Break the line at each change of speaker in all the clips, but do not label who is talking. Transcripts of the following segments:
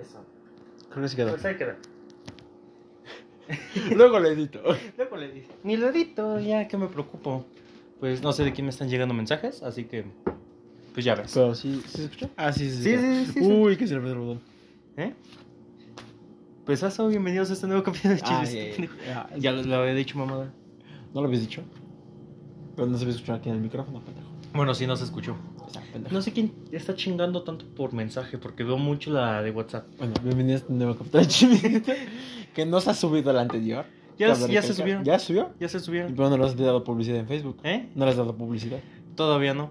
Eso.
Creo que se quedó.
Pues ahí queda.
Luego le edito.
Luego le dice.
Ni lo edito, ya que me preocupo. Pues no sé de quién me están llegando mensajes, así que. Pues ya ves.
Pero sí, ¿sí se escuchó? Ah, sí, sí,
Sí, sí, sí, sí.
Uy, que se le perdió el botón.
¿Eh? Pues eso, bienvenidos a este nuevo capítulo de
Ah,
chistes.
ya, ya.
Ya lo había dicho, mamada.
No lo habías dicho. Pero no se había escuchado aquí en el micrófono, pendejo.
Bueno, sí, no se escuchó.
O sea, pendejo.
No sé quién está chingando tanto por mensaje, porque veo mucho la de WhatsApp.
Bueno, bienvenidos a este nuevo capítulo de chismecito, Que no se ha subido el anterior.
Ya-
Cabe
ya se
recalcar.
subieron.
¿Ya subió?
Ya se
¿Y
subieron.
por qué no le has dado publicidad en Facebook?
¿Eh?
No le has dado publicidad.
Todavía no.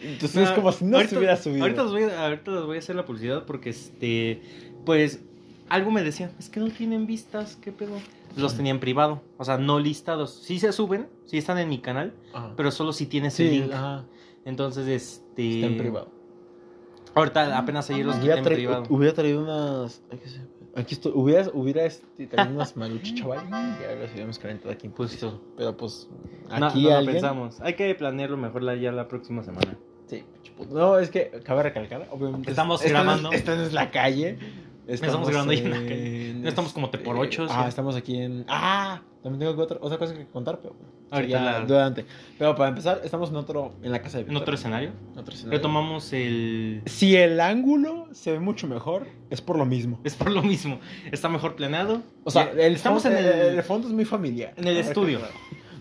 Entonces es como si no
Ah, ahorita-
se hubiera subido.
Ahorita les, voy a, ahorita les voy a hacer la publicidad porque, este, pues, algo me decían, es que no tienen vistas, qué pedo. Los tenía en privado, o sea, no listados. Sí se suben, sí están en mi canal,
Ajá.
pero solo si tienes el
sí,
link.
ajá.
Entonces, este...
Está en privado. Ah,
Ahorita apenas ayer los quité
Hubiera,
en
tra-
privado.
hubiera traído unas. ay, qué sé, Aquí estoy. Hubiera, hubiera este, traído unas maruchas, chaval. Y ya las hubiéramos calentado aquí.
Pues sí.
Pero pues.
No,
Aquí
no lo
alguien.
pensamos. Hay que planearlo mejor la- ya la próxima semana.
Sí, pinche puto. No, es que cabe recalcar, obviamente.
Estamos
esta no es-
grabando.
Esta no es la calle.
grabando ya en la calle.
en
No estamos como te por ocho,
Ah,
sí.
estamos aquí en. Ah, también tengo que otra, otra cosa que contar, pero.
Ahorita
sería
la-
Durante. Pero para empezar, estamos en otro. En la casa de
¿En otro escenario?
En otro escenario.
Retomamos el...
Si el ángulo se ve mucho mejor, es por lo mismo.
Es por lo mismo. Está mejor planeado.
O sea,
Ya-
el
estamos
fondo-
en el,
el fondo es muy familiar.
en el estudio.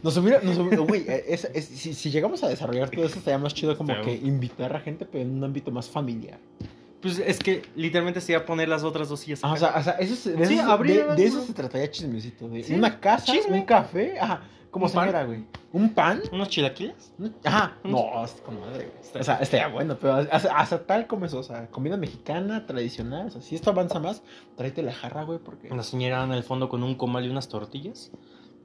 Nos hubiera, nos hubiera- güey, eh, es- es- si, si llegamos a desarrollar todo eso, estaría más chido como
Sí.
que invitar a gente, pero en un ámbito más familiar.
Pues es que literalmente se iba a poner las otras dos sillas.
Ah, o
acá.
sea, o sea, eso se- de,
Sí,
eso, se-
abrir
de-
el
de
ángulo.
eso se trataría chismecito. De
Sí,
una casa,
chisme.
un café, ajá, como
¿Un pan?
señora, güey. ¿Un pan?
¿Unos chilaquiles?
Ajá,
Un-
no, es como madre, güey. O sea, estaría bueno, pero hasta, hasta tal como eso, o sea, comida mexicana, tradicional, o sea, si esto avanza más, tráete la jarra, güey, porque
Una señora en el fondo con un comal y unas tortillas.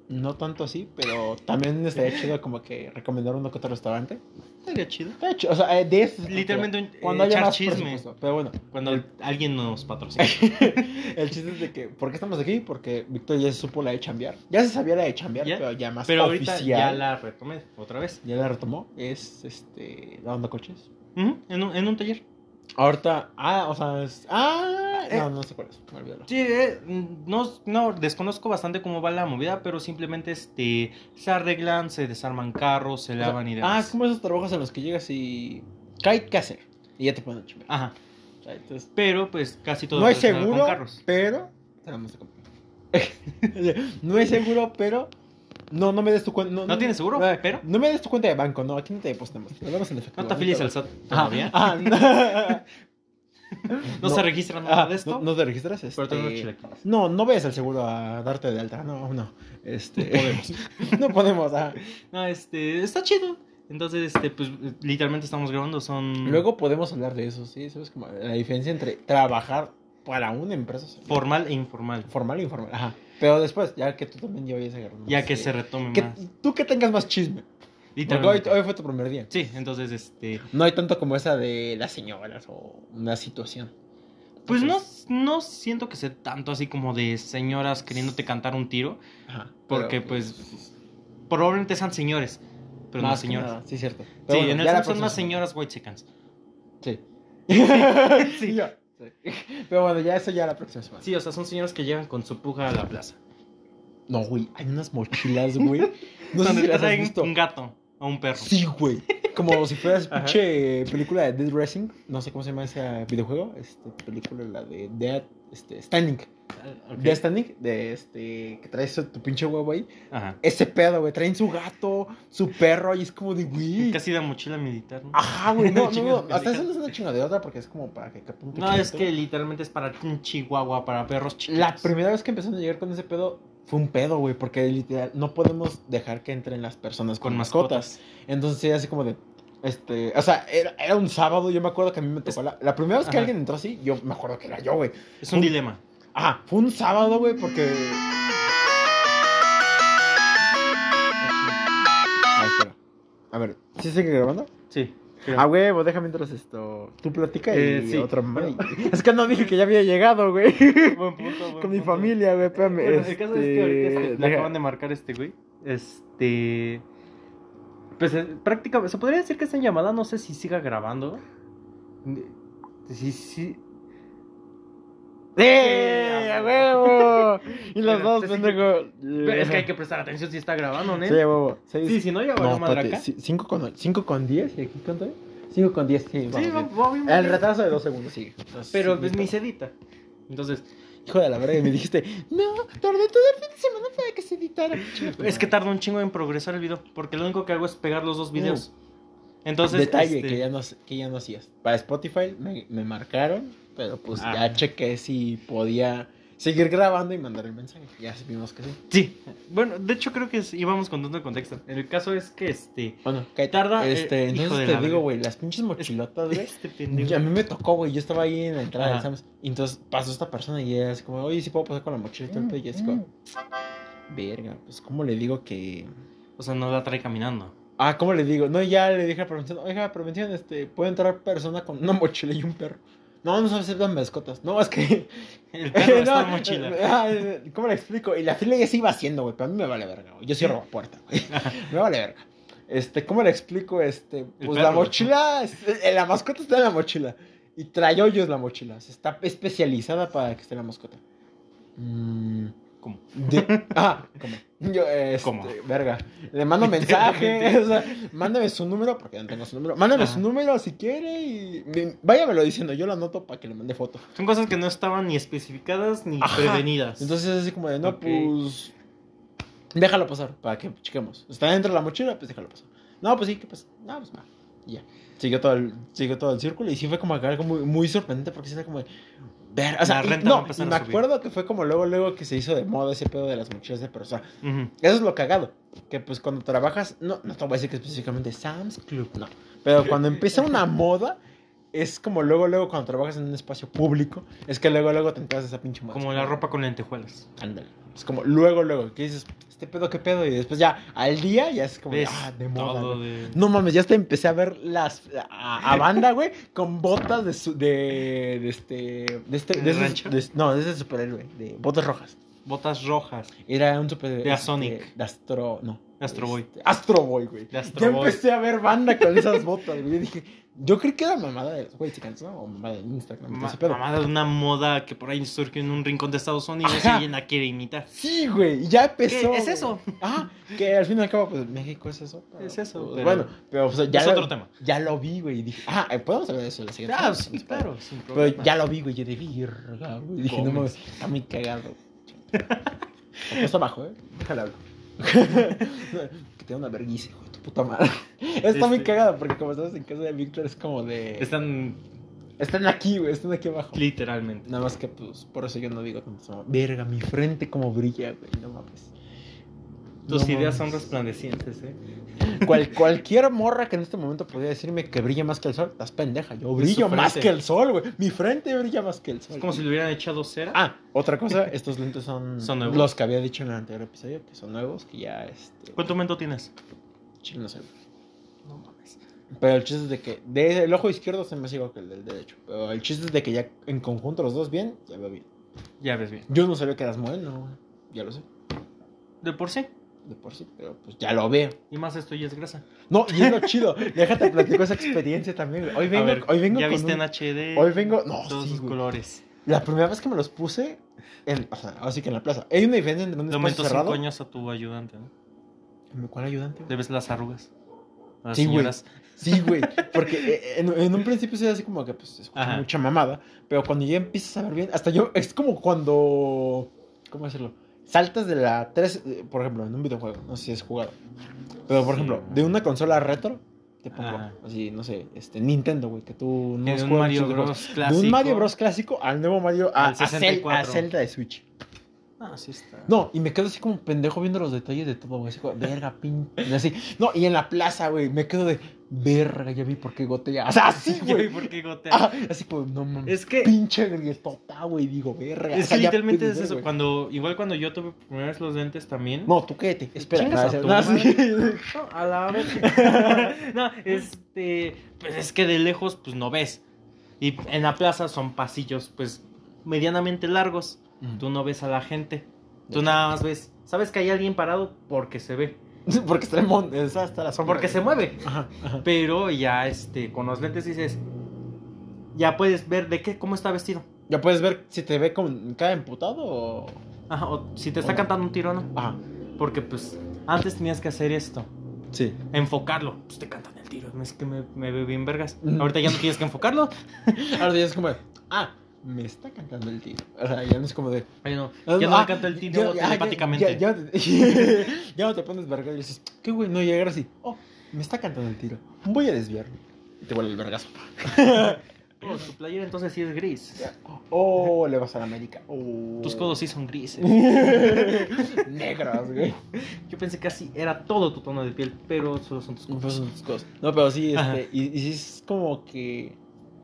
no tanto así, pero también estaría chido como que recomendar uno que otro restaurante.
Sería chido.
Está chido, o sea, eh, de eso. se trataría.
Literalmente un-
Cuando
eh,
haya
echar
más Eh.
chisme.
chisme. Pero bueno,
Cuando alguien nos patrocina.
El chiste es de que, ¿por qué estamos aquí? Porque Víctor ya se supo la de chambear. Ya se sabía la de chambear,
Ya,
pero ya más
Pero ahorita
oficial.
ya la retomé otra vez.
ya la retomó. Es, este, la onda coches.
Ujú, en, un, en un taller.
Ahorita, ah, o sea, es, ah,
Eh.
no, no sé cuál es, me olvidó.
Sí, eh, mm, no, no, desconozco bastante cómo va la movida, pero simplemente este, se arreglan, se desarman carros, se
O sea,
lavan y
Ah,
demás.
es como esos trabajos en los que llegas y cae qué hacer y ya te ponen a chambear.
Ajá,
O sea, entonces,
pero pues casi todo
no es
relacionado
seguro,
con carros.
pero tenemos que comprar. no es seguro, pero no, no me des tu cuenta. No,
No tienes seguro,
no,
pero-
No me des tu cuenta de banco, no, aquí no te depositamos. Nos vemos en efectivo.
No te afilies
ahorita
al
vas.
SAT todavía.
Ah, no. Ah,
no, se registra nada de esto.
No, no te registras.
Pero tengo unos
este,
chilaquiles.
No, no vayas al seguro a darte de alta. No, no. Este... podemos. no podemos. ah. ajá.
No, este, está chido. Entonces, este, pues literalmente estamos grabando, son
Luego podemos hablar de eso, ¿sí? ¿Sabes? Como la diferencia entre trabajar para una empresa ¿sí?
formal e informal.
formal e informal. Ajá. Pero después, ya que tú también ya vayas agarrando.
Ya
más,
que
sí.
se retome
Que
más.
tú que tengas más chisme. Porque hoy,
Literalmente.
hoy fue tu primer día.
Sí, entonces, este,
No hay tanto como esa de las señoras o una situación.
pues no,
Entonces,
no siento que sea tanto así como de señoras queriéndote cantar un tiro.
Ajá,
porque,
pero-
pues, Probablemente sean señores, pero no
Más que
señoras.
nada, Sí, cierto.
Sí,
Pero bueno,
en el
ya
fondo
la
son
próxima
más señoras white chickens.
semana. Sí.
Sí.
Ya, sí. Pero bueno, ya eso ya la próxima semana.
Sí, o sea, son señoras que llegan con su puja a la plaza.
No, güey, hay unas mochilas, güey. No sé
donde
si
te
las has
traen
visto.
un gato o un perro.
Sí, güey. Como si fueras
Ajá.
pinche película de Dead Racing. No sé cómo se llama ese videojuego. Este, película, la de Dead este, Standing.
Ah, Ok.
Dead Standing, de este, que traes tu pinche huevo ahí.
Ajá.
Ese pedo, güey. Traen su gato, su perro, y es como de, güey.
Casi de mochila militar. ¿no?
Ajá, güey. No, no,
Chingas,
no. Hasta eso
pendejas.
no es una chingadeota porque es como para que capte un
No, es
pequeñito.
que literalmente es para un chihuahua, para perros chiquitos.
La primera vez que empezaron a llegar con ese pedo fue un pedo, güey, porque literal no podemos dejar que entren las personas con,
Con
mascotas. Entonces era así como de, este, o sea, era, era un sábado, yo me acuerdo que a mí me tocó la, la primera vez que
Ajá.
alguien entró así, yo me acuerdo que era yo, güey.
Es un dilema.
Ah, fue un sábado, güey, porque... Ah, espera. A ver, ¿sí sigue grabando?
Sí.
Ah, huevo, deja mientras esto. Tú platica y
Eh, sí.
otra mamá. Es que no dije que ya había llegado, güey.
Buen punto, buen
Con mi
punto.
familia, güey, espérame.
Bueno, el caso es que ahorita
este,
este, le
deja-
acaban de marcar a este güey. Este. Pues eh, prácticamente. Se podría decir que está en llamada, no sé si siga grabando. Sí, sí. a
¡Sí! ¡Eh, ¡A huevo! Y los
Pero,
dos,
sí, sí.
pendejo.
Pero es que hay que prestar atención si está grabando, ¿no?
Sí, a huevo.
Sí,
Seis-
si no, ya
No,
valió madre acá.
espérate,
Sí,
ci- cinco con, cinco con diez. ¿Y aquí cuánto es? Cinco con diez. Sí, vamos bien.
vamos, vamos bien.
El retraso de dos segundos, sí. Entonces,
Pero
sí,
pues
listo.
ni se edita. Entonces,
Hijo de la verga, y me dijiste, no, tardé todo el fin de semana para que se editara.
es que tarda un chingo en progresar el video. Porque lo único que hago es pegar los dos videos. Entonces,
Uh. Detalle
este,
que, ya no, que ya no hacías. Para Spotify me, me marcaron, pero pues
Ah.
ya chequé si podía seguir grabando y mandar el mensaje. Ya vimos que sí.
Sí. Bueno, de hecho creo que es- íbamos contando el contexto. El caso es que este.
Bueno, que
Tarda, eh,
Este,
hijo de
entonces te
la
digo,
verga.
güey, las pinches mochilotas, güey.
Este
Y a
pendejo.
mí me tocó, güey. Yo estaba ahí en la
Ajá.
entrada del Sam's. Y entonces pasó esta persona y era así como, oye, si puedo pasar con la mochila y todo el pedo", Y así como, verga, pues, ¿cómo le digo que.?
O sea, no la trae caminando.
Ah, ¿cómo le digo? No, ya le dije a prevención, oiga, prevención, este, puede entrar persona con una mochila y un perro. No, no se aceptan mascotas. No, es que.
El perro está en
No,
mochila.
ah, ¿Cómo le explico? Y la fila ya se iba haciendo, güey, pero a mí me vale verga, güey. Yo cierro la puerta, güey. Me vale verga. Este, ¿cómo le explico? Este, pues la
perro.
mochila, es- eh, la mascota está en la mochila. Y trae hoyos la mochila. O sea, está especializada para que esté la mascota. Mm,
¿Cómo?
de- ah, ¿cómo? Yo, este,
¿Cómo?
verga. Le mando mensaje. o sea, mándame su número, porque no tengo su número. Mándame
Ajá.
su número si quiere y me- váyamelo diciendo. Yo lo anoto para que le mande foto.
Son cosas que no estaban ni especificadas ni
Ajá.
prevenidas.
Entonces es así como de, no,
Ok.
pues. Déjalo pasar para que chequemos. Está dentro de la mochila, pues déjalo pasar. No, pues sí, ¿qué pasa? No, pues va. Y ya. Siguió todo el, siguió todo el círculo y sí fue como acá algo muy, muy sorprendente porque sí era como de. Ver, o sea,
La
y-
renta va a
no,
empezar
y
a
me
subir.
acuerdo que fue como luego, luego que se hizo de moda ese pedo de las mochilas de persona.
Ujú.
Eso es lo cagado. Que pues cuando trabajas, no, no te voy a decir que específicamente Sam's Club, no. Pero cuando empieza una moda, es como luego, luego cuando trabajas en un espacio público, es que luego, luego te entras de esa pinche moda.
Como la ropa con lentejuelas.
Ándale. Es como luego, luego, que dices, este pedo, qué pedo, y después ya al día ya es como,
¿Ves?
ah, de moda.
Todo
¿no?
de-
No mames, ya hasta empecé a ver las a, a banda, güey, con botas de su, de, de este de este
¿De
de esos-
rancho?
de- no, de ese superhéroe, de botas rojas.
Botas rojas.
Era un superhéroe
De
este,
Sonic.
de Astro, no.
Astro Boy.
Este, Astro Boy, güey.
De Astro
Ya
Boy.
empecé a ver banda con esas botas, güey. Yo dije, yo creí que era mamada de los güey, chicas, ¿no? O mamada de Instagram,
Ma-
ese pedo.
mamada de una moda que por ahí surge en un rincón de Estados Unidos y
Ajá.
alguien la quiere imitar.
Sí, güey, ya empezó.
¿Qué es
güey.
eso?
Ah, que al fin y al cabo, pues México es eso. pero,
Es eso,
pues,
pero-
Bueno, pero o sea, ya,
Es
lo,
otro tema.
ya lo vi, güey. Y dije, ah, eh, podemos hablar de eso en la siguiente.
Claro,
semana?
Ah, sí, claro, sin
Pero
problema.
ya lo vi, güey. Yo dije, verga, güey. Dije, no mames, está muy cagado. Está abajo, eh. Déjala hablar. que tenga una vergüenza, hijo de tu puta madre. Está muy
Este-
cagado porque, como estás en casa de Víctor, es como de.
Están
Están aquí, güey. Están aquí abajo.
literalmente.
Nada más que, pues, por eso yo no digo tanto. como, Verga, mi frente como brilla, güey. No mames.
Tus
No
ideas son
mames.
resplandecientes, ¿eh?
Cual- cualquier morra que en este momento podría decirme que brilla más que el sol, estás pendeja. Yo brillo
su
más
frente.
que el sol, güey. Mi frente brilla más que el sol.
Es como si le hubieran echado cera.
Ah, otra cosa, estos lentes son,
Son nuevos.
los que había dicho en el anterior episodio, que son nuevos, que ya este.
¿Cuánto momento tienes?
chile, no sé.
No mames.
Pero el chiste es de que de- el ojo izquierdo se me hace igual que el del derecho. Pero el chiste es de que ya en conjunto los dos bien, ya veo bien.
Ya ves bien.
Yo no sabía que eras moreno, güey. ya lo sé,
De por sí.
de por sí, pero pues ya lo veo.
Y más esto ya es grasa.
No, y es lo chido. Déjate platico esa experiencia también. güey. Hoy vengo,
A ver,
hoy vengo
ya
con
viste en
un-
HD.
Hoy vengo. No,
todos
sí,
sus
güey.
colores.
La primera vez que me los puse. En, o sea, así que en la plaza. Hay una diferencia entre un
Le
espacio
aumentó
cerrado.
cinco años a tu ayudante, ¿no?
¿Cuál ayudante? güey?
Le ves las arrugas. A las
Sí, güey.
señoras.
Sí, güey. Porque eh, en, en un principio se ve así como que pues se escucha
Ajá.
mucha mamada. Pero cuando ya empiezas a ver bien, hasta yo. Es como cuando. ¿Cómo decirlo? Saltas de la 3. eh, Por ejemplo, en un videojuego. No sé si es jugado. Pero por
Sí,
ejemplo,
güey.
de una consola retro. Te pongo
Ajá.
así, no sé, este, Nintendo, güey, que tú no
De
has
un
jugado
Mario
muchos videojuegos.
Bros. clásico.
De un Mario Bros clásico al nuevo Mario, ah, a,
Al
a Cel- a
64.
Zelda de Switch.
Ah, sí está.
No, y me quedo así como pendejo viendo los detalles de todo, güey. Así como, verga, pin. y Así. No, y en la plaza, güey, me quedo de, verga, ya vi por qué gotea. O sea, así,
Ya vi
güey.
por qué gotea.
Ah, así como, no mames.
Es que-
Pinche grietota, güey. Digo, verga.
Es
o sea,
que
Ah, ya
literalmente
puedes
es
ver,
eso.
güey.
Cuando, igual cuando yo tuve por primera vez los lentes también.
No, tú quédate. Espera,
Chingas a
no,
tu
no,
madre.
sí.
No, a la vez. no, este. Pues es que de lejos, pues no ves. Y en la plaza son pasillos, pues medianamente largos. Tú no ves a la gente. Tú nada más ves. Sabes que hay alguien parado porque se ve.
Porque está en mon- está hasta la sombra.
Porque
güey.
se mueve.
Ajá, ajá.
Pero ya, este, con los lentes dices. Ya puedes ver de qué, cómo está vestido.
Ya puedes ver si te ve con cara emputado o. ah,
Ajá, o si te está cantando un tiro, ¿no?
Ajá,
Porque pues antes tenías que hacer esto.
sí.
Enfocarlo. Pues te cantan el tiro. Es que me, me ve bien vergas.
Mm.
Ahorita ya no tienes que enfocarlo.
Ahora ya es como de, ah, me está cantando el tiro. O sea, ya no es como de.
Ay, no,
ah,
ya no
ah,
me canta el
ya-
tiro
ya- ya-
telepáticamente.
Ya, ya te- ya no te pones verga y dices, qué güey, no llegar así. Oh, me está cantando el tiro. Voy a desviarlo. Y te vuelve el vergazo.
Oh, tu playera entonces sí es gris.
Oh, le vas a la América. Oh.
Tus codos sí son grises.
Negros, güey.
Yo pensé que así era todo tu tono de piel, pero solo son tus codos.
tus codos. No, pero sí,
Ajá.
este, y, y sí es como que.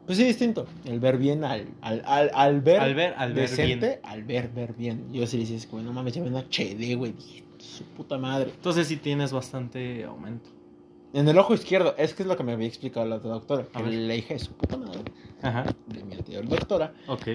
Pues sí, distinto. El ver bien al, al, al, al ver.
Al ver, al ver
decente,
bien.
al ver, ver bien. Yo sí le dices, güey, no mames, ya ven a HD, güey. bien, Su puta madre.
Entonces sí tienes bastante aumento.
En el ojo izquierdo, es que es lo que me había explicado la doctora.
A
que
ver.
la hija de su puta madre,
Ajá,
de mi anterior doctora,
ok.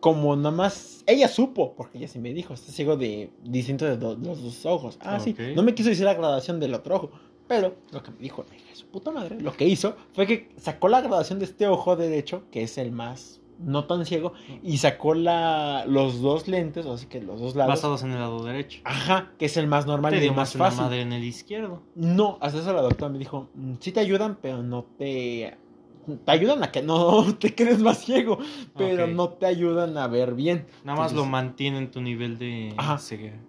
como nada más. Ella supo, porque ella sí me dijo, está ciego de distinto de do- los dos ojos. Ah, sí.
Ok.
No me quiso decir la gradación del otro ojo. Pero lo que me dijo la hija de su puta madre, lo que hizo fue que sacó la gradación de este ojo derecho, que es el más no tan ciego, y sacó la, los dos lentes, así que los dos lados.
Basados en el lado derecho.
Ajá, que es el más normal
Te
y el
dio más
más
una
fácil.
madre en el izquierdo.
No, hasta eso la doctora me dijo, "Mm, sí te ayudan, pero no te... Te ayudan a que no te quedes más ciego, pero
Ok.
no te ayudan a ver bien.
Nada más
Entonces-
lo mantiene en tu nivel de
Ajá.
ceguera.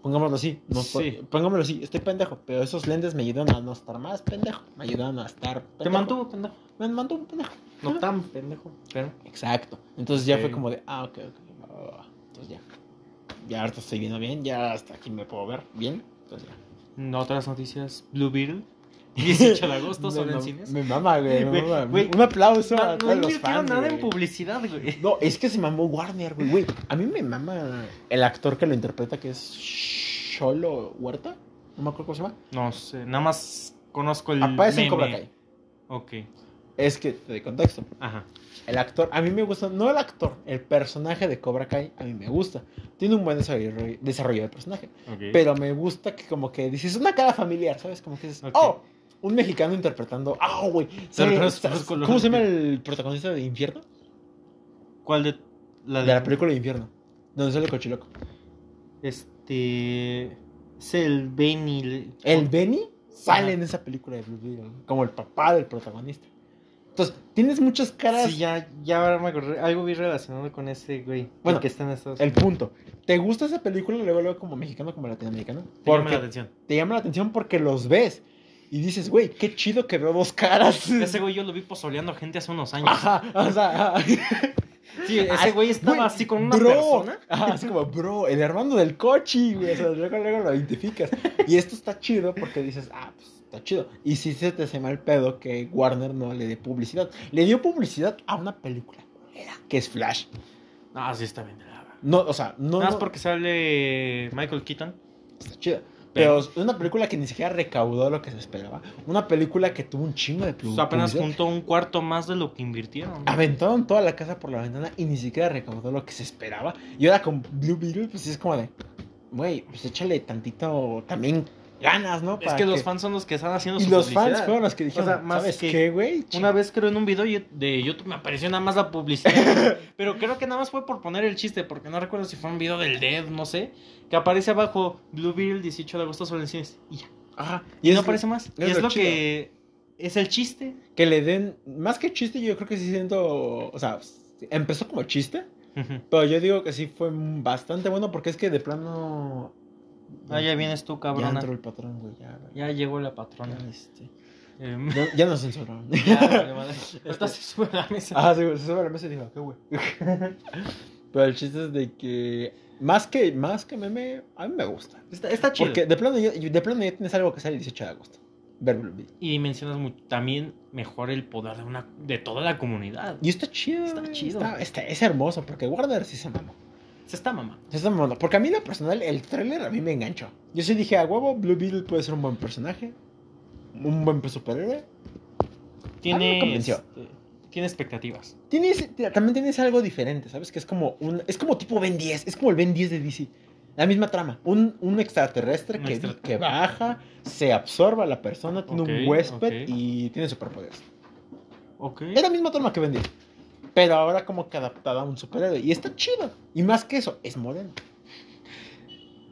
Pongámoslo así, no, po-
Sí.
pongámoslo así, estoy pendejo, pero esos lentes me ayudan a no estar más pendejo, me ayudan a estar pendejo.
Te mantuvo, pendejo.
Me mantuvo un pendejo.
No tan pendejo, pero.
Exacto. Entonces ya fue
Ok.
como de, ah, ok, ok. ah, entonces ya. Ya ahorita estoy viendo bien, ya hasta aquí me puedo ver bien. Entonces ya.
Otras noticias: Blue Beetle. 18 de agosto,
Me-
solo en
me-
cines.
Me mama, güey, me
Güey,
mama.
güey,
Un aplauso
No,
a
no
todos los
invirtieron
fans,
nada en
güey.
publicidad, güey.
No, es que se mamó Warner, güey. güey. A mí me mama el actor que lo interpreta, que es Sholo Huerta. No me acuerdo cómo se llama.
No sé, nada más conozco el.
Aparece
meme.
en Cobra Kai.
Ok,
Es que, de contexto,
ajá.
el actor, a mí me gusta, no el actor, el personaje de Cobra Kai, a mí me gusta. Tiene un buen desarrollo, desarrollo de personaje.
ok.
Pero me gusta que como que dices, una cara familiar, ¿sabes? Como que dices,
Ok.
oh, un mexicano interpretando, ah, güey.
Pero
Sí,
no es
está-
músculo.
¿Cómo se llama el protagonista de Infierno?
¿Cuál de la
De
Ah, de,
la película de Infierno, donde sale Cochiloco.
Este. Es el Benny. le-
El Benny sale
Ajá.
en esa película de Blue Beetle, ¿no? como el papá del protagonista. Entonces, tienes muchas caras.
Sí, ya, ya me acordé. Algo vi relacionado con ese güey.
Bueno,
el que está en Estados
El
Unidos.
punto. ¿Te gusta esa película luego, luego como mexicano, como latinoamericano?
Te llama la
Porque
atención.
te llama la atención porque los ves y dices, güey, qué chido que veo dos caras.
Ese güey yo lo vi posoleando gente hace unos años.
Ajá, o sea, ajá.
Sí, ese güey estaba
Ah, Güey,
así con una
bro.
persona.
Ajá, así como, bro, el hermano del coche, güey. O sea, luego, luego lo identificas. Y esto está chido porque dices, ah, pues está chido. Y si se te hace mal pedo que Warner no le dé publicidad. Le dio publicidad a una película culera, que es Flash.
Ah, sí, está bien. de la verga.
No, o sea, no.
Nada más
no,
porque sale Michael Keaton.
Está chida. Pero es una película que ni siquiera recaudó lo que se esperaba. Una película que tuvo un chingo de
Pues
publicidad.
apenas juntó un cuarto más de lo que invirtieron.
Aventaron toda la casa por la ventana y ni siquiera recaudó lo que se esperaba. Y ahora con Blue Beetle, pues es como de, güey, pues échale tantito también ganas, ¿no?
Es
Para
que los fans son los que están haciendo
Y
su
los
publicidad.
fans fueron los que dijeron,
O sea, más
¿sabes
que-
qué, güey?
Una vez creo en un video yo- de YouTube me apareció nada más la publicidad. pero creo que nada más fue por poner el chiste, porque no recuerdo si fue un video del Dead, no sé. Que aparece abajo Blue Beetle 18 de agosto solo en cines. Y ya.
Ajá.
Y
Y
no
es
aparece más. Y
es
es
lo
lo que es el chiste.
que le den, más que chiste, yo creo que sí siento, o sea, empezó como chiste, pero yo digo que sí fue bastante bueno porque es que de plano...
ah, ya vienes tú,
Ya
cabrona.
entró el patrón, güey, ya, güey.
Ya llegó la patrona.
Ya, este,
Em,
ya- ya nos censuraron.
ya, vale, vale. Ahorita se sube a la mesa.
Ah, sí, güey, se sube a la mesa y dijo, qué güey. Pero el chiste es de que más que más que meme, a mí me gusta.
Está, está chido.
Porque de plano, ya, de plano ya tienes algo que hacer el 18 de agosto. Ver Blue Beetle.
Y mencionas mu- también mejor el poder de una de toda la comunidad.
Y está chido.
Está
güey,
chido.
está- está- es hermoso porque Warner sí se mamó.
Se está mamá.
Se está mamando. Porque a mí, en lo personal, el tráiler a mí me enganchó. Yo sí dije, a huevo, Blue Beetle puede ser un buen personaje. Un buen superhéroe. A mí me
Tiene,
convenció.
este, tiene expectativas.
Tiene ese- tira, también tienes algo diferente, ¿sabes? Que es como un. Es como tipo Ben 10. Es como el Ben 10 de DC. La misma trama. Un, un extraterrestre
Un
que,
extra-
que baja, se absorba a la persona, tiene
Ok,
un huésped
ok.
y tiene superpoderes.
Ok.
Es la misma trama que Ben 10. Pero ahora como que adaptada a un superhéroe. Y está chido. Y más que eso, es moreno.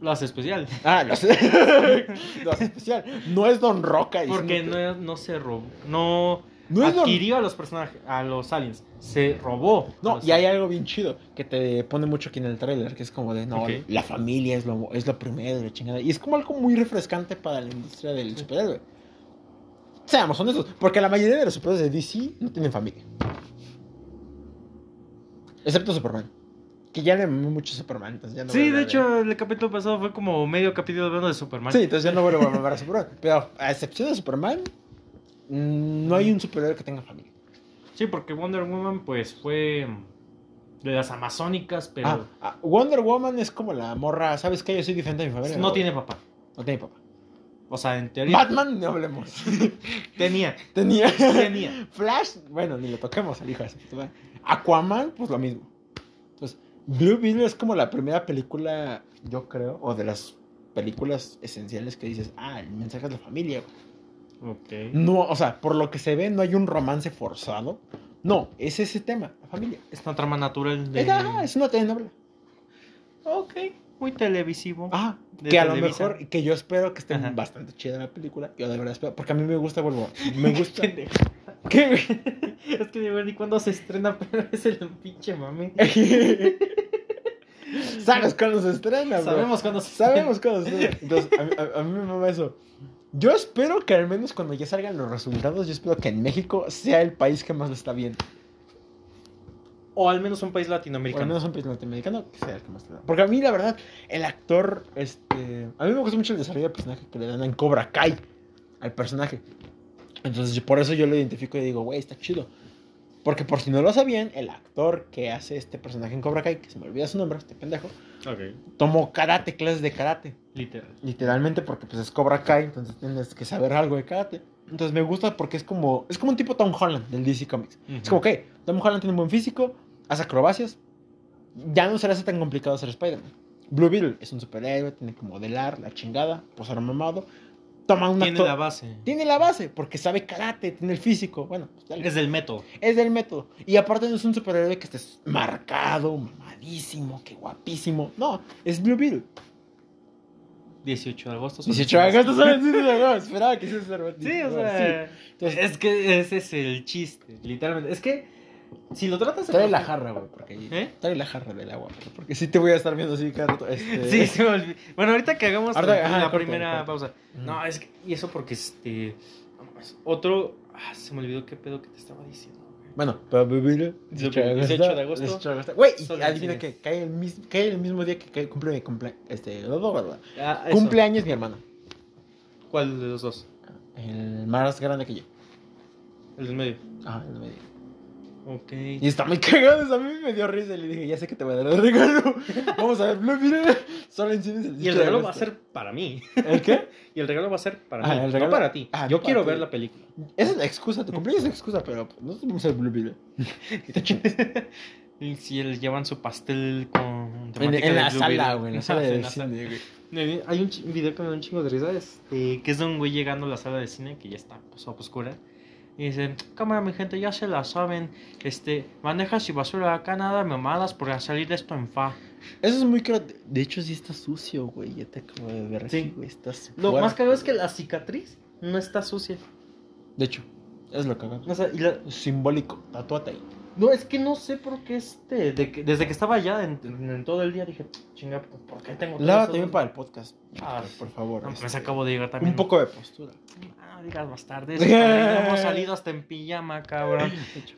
Lo hace especial.
Ah, lo hace, lo hace especial. No es Don Roca. diciendo
Porque
que-
no, no se robó. No,
no es Don
adquirió a los personajes, a los aliens. Se robó. a
No,
los
y hay algo bien chido que te pone mucho aquí en el tráiler, que es como de, no,
Ok.
la familia es lo, es lo primero, la chingada. Y es como algo muy refrescante para la industria del superhéroe. Seamos honestos, porque la mayoría de los superhéroes de DC no tienen familia. Excepto Superman. Que ya le mamé mucho a Superman, entonces ya no voy a
Sí, de
hablar
hecho, el capítulo pasado fue como medio capítulo hablando de Superman.
Sí, entonces ya no vuelvo a mamar a Superman. Pero a excepción de Superman, mm, no hay un superhéroe que tenga familia.
Sí, porque Wonder Woman, pues, fue de las amazónicas, pero
Ah, ah, Wonder Woman es como la morra, ¿sabes qué? Yo soy diferente a mi familia.
no tiene papá.
No tiene papá.
O sea, en teoría.
Batman, no hablemos.
Tenía,
Tenía.
tenía.
Flash, bueno, ni lo toquemos al hijo de su puta madre. Aquaman, pues lo mismo. Entonces, Blue Beetle es como la primera película, yo creo, o de las películas esenciales que dices, ah, el mensaje es la familia. güey.
Ok.
No, o sea, por lo que se ve, no hay un romance forzado. No, es ese tema, la familia.
Es una trama natural de.
Es, ah, es una telenovela.
Ok, muy televisivo.
Ah,
De
que a lo
Televisa.
mejor, que yo espero que esté
Ajá.
bastante chida la película. Yo de verdad espero, porque a mí me gusta, vuelvo. Me gusta.
Pendejo.
¿Qué, güey?
es que de ver ni cuándo se estrena, pero es el pinche mami.
Sabes cuándo se estrena, bro.
Sabemos cuándo se
Sabemos cuándo se estrena. Entonces, a mí, a- a mí me mama eso. Yo espero que al menos cuando ya salgan los resultados, yo espero que en México sea el país que más lo está viendo.
O al menos un país
O al
latinoamericano.
menos un país norteamericano que sea el que más lo está viendo. Porque a mí, la verdad, el actor, este... A mí me gusta mucho el desarrollo del personaje que le dan en Cobra Kai al personaje. Entonces, yo- por eso yo lo identifico y digo, güey, está chido. Porque por si no lo sabían, el actor que hace este personaje en Cobra Kai, que se me olvida su nombre, este pendejo,
Ok.
tomó karate, clases de karate.
Literal.
Literalmente porque pues es Cobra Kai, entonces tienes que saber algo de karate. Entonces me gusta porque es como es como un tipo Tom Holland del DC Comics. Es como que Tom Holland tiene un buen físico, hace acrobacias. Ya no se le hace tan complicado ser Spider-Man. Blue Beetle es un superhéroe, tiene que modelar, la chingada, posar mamado. Toma un
Tiene
actor-
la base.
tiene la base porque sabe karate, tiene el físico. Bueno, pues, dale.
Es del metal.
Es del método. Y aparte no es un superhéroe que estés marcado, mamadísimo, que guapísimo. No, es Blue Beetle.
18 de agosto. son
18 de
los-
agosto, ¿sabes? Sí, sí, no, esperaba que hiciese algo.
Sí, o
Sí.
sea.
Entonces,
Es que ese es el chiste, literalmente. Es que si lo tratas
trae la jarra, güey, porque
¿Eh?
trae la jarra del agua, güey, porque sí te voy a estar viendo así cada rato. Este...
Sí, se me olvidó. Bueno, ahorita que hagamos
Ahorita-
la-
ajá,
la
corto,
primera
corto.
pausa. No, es que. Y eso porque este. no mames, Otro. ah, se me olvidó qué pedo que te estaba diciendo. güey.
Bueno, pero Blue Beetle, 18 de agosto.
18 de agosto.
18 de agosto. Güey, y
Solo en
adivina
cines.
que cae el, mis- cae el mismo día que cae- cumple mi cumple, este, no, no, ¿verdad?
Ah, eso.
cumpleaños mi hermano.
¿Cuál de los dos?
El más grande que yo.
El del medio.
Ah, el medio.
Ok.
Y está muy cagado, eso a mí me dio risa y le dije, ya sé que te voy a dar el regalo. Vamos a ver Blue Beetle. Solo en cines el
Y
18
el
de
regalo va a
agosto.
ser para mí.
¿El qué?
Y el regalo va a ser para
Ah,
mí.
el regalo-
No para ti.
Ah,
Yo
no
quiero
para
ver
ti.
la película.
Esa es la excusa, tu cumpleaños es la excusa, pero pues, no vamos a ver Blue Beetle. Te chingas.
Y si él llevan su pastel con.
En,
temática
en
de
la
Blue
sala,
Beetle.
güey, en la sala
En
del
la sala.
cine, güey.
Hay un chi- video que me da un chingo de risa, este, que es de un güey llegando a la sala de cine, que ya está pues, oscura, y dice, cámara mi gente, ya se la saben, este, bandejas y basura, acá nada mamadas por salir esto en fa.
Eso es muy caro. De hecho, sí está sucio, güey. Ya te acabo de ver
Sí.
aquí, güey. Estás
Lo
fuera.
más cagado es que la cicatriz no está sucia.
De hecho, es lo cagado.
O sea, y la-
Simbólico, tatuate ahí.
No, es que no sé por qué este, de que- desde que estaba allá en, en todo el día dije, chinga, pues, ¿por qué tengo todo
Lávate
eso?
bien para el podcast.
Ah,
por favor.
No,
este,
pues acabo de llegar también.
Un poco de postura.
Ah, no digas más tarde, eso, cabrón, no hemos salido hasta en pijama, cabrón.
De hecho.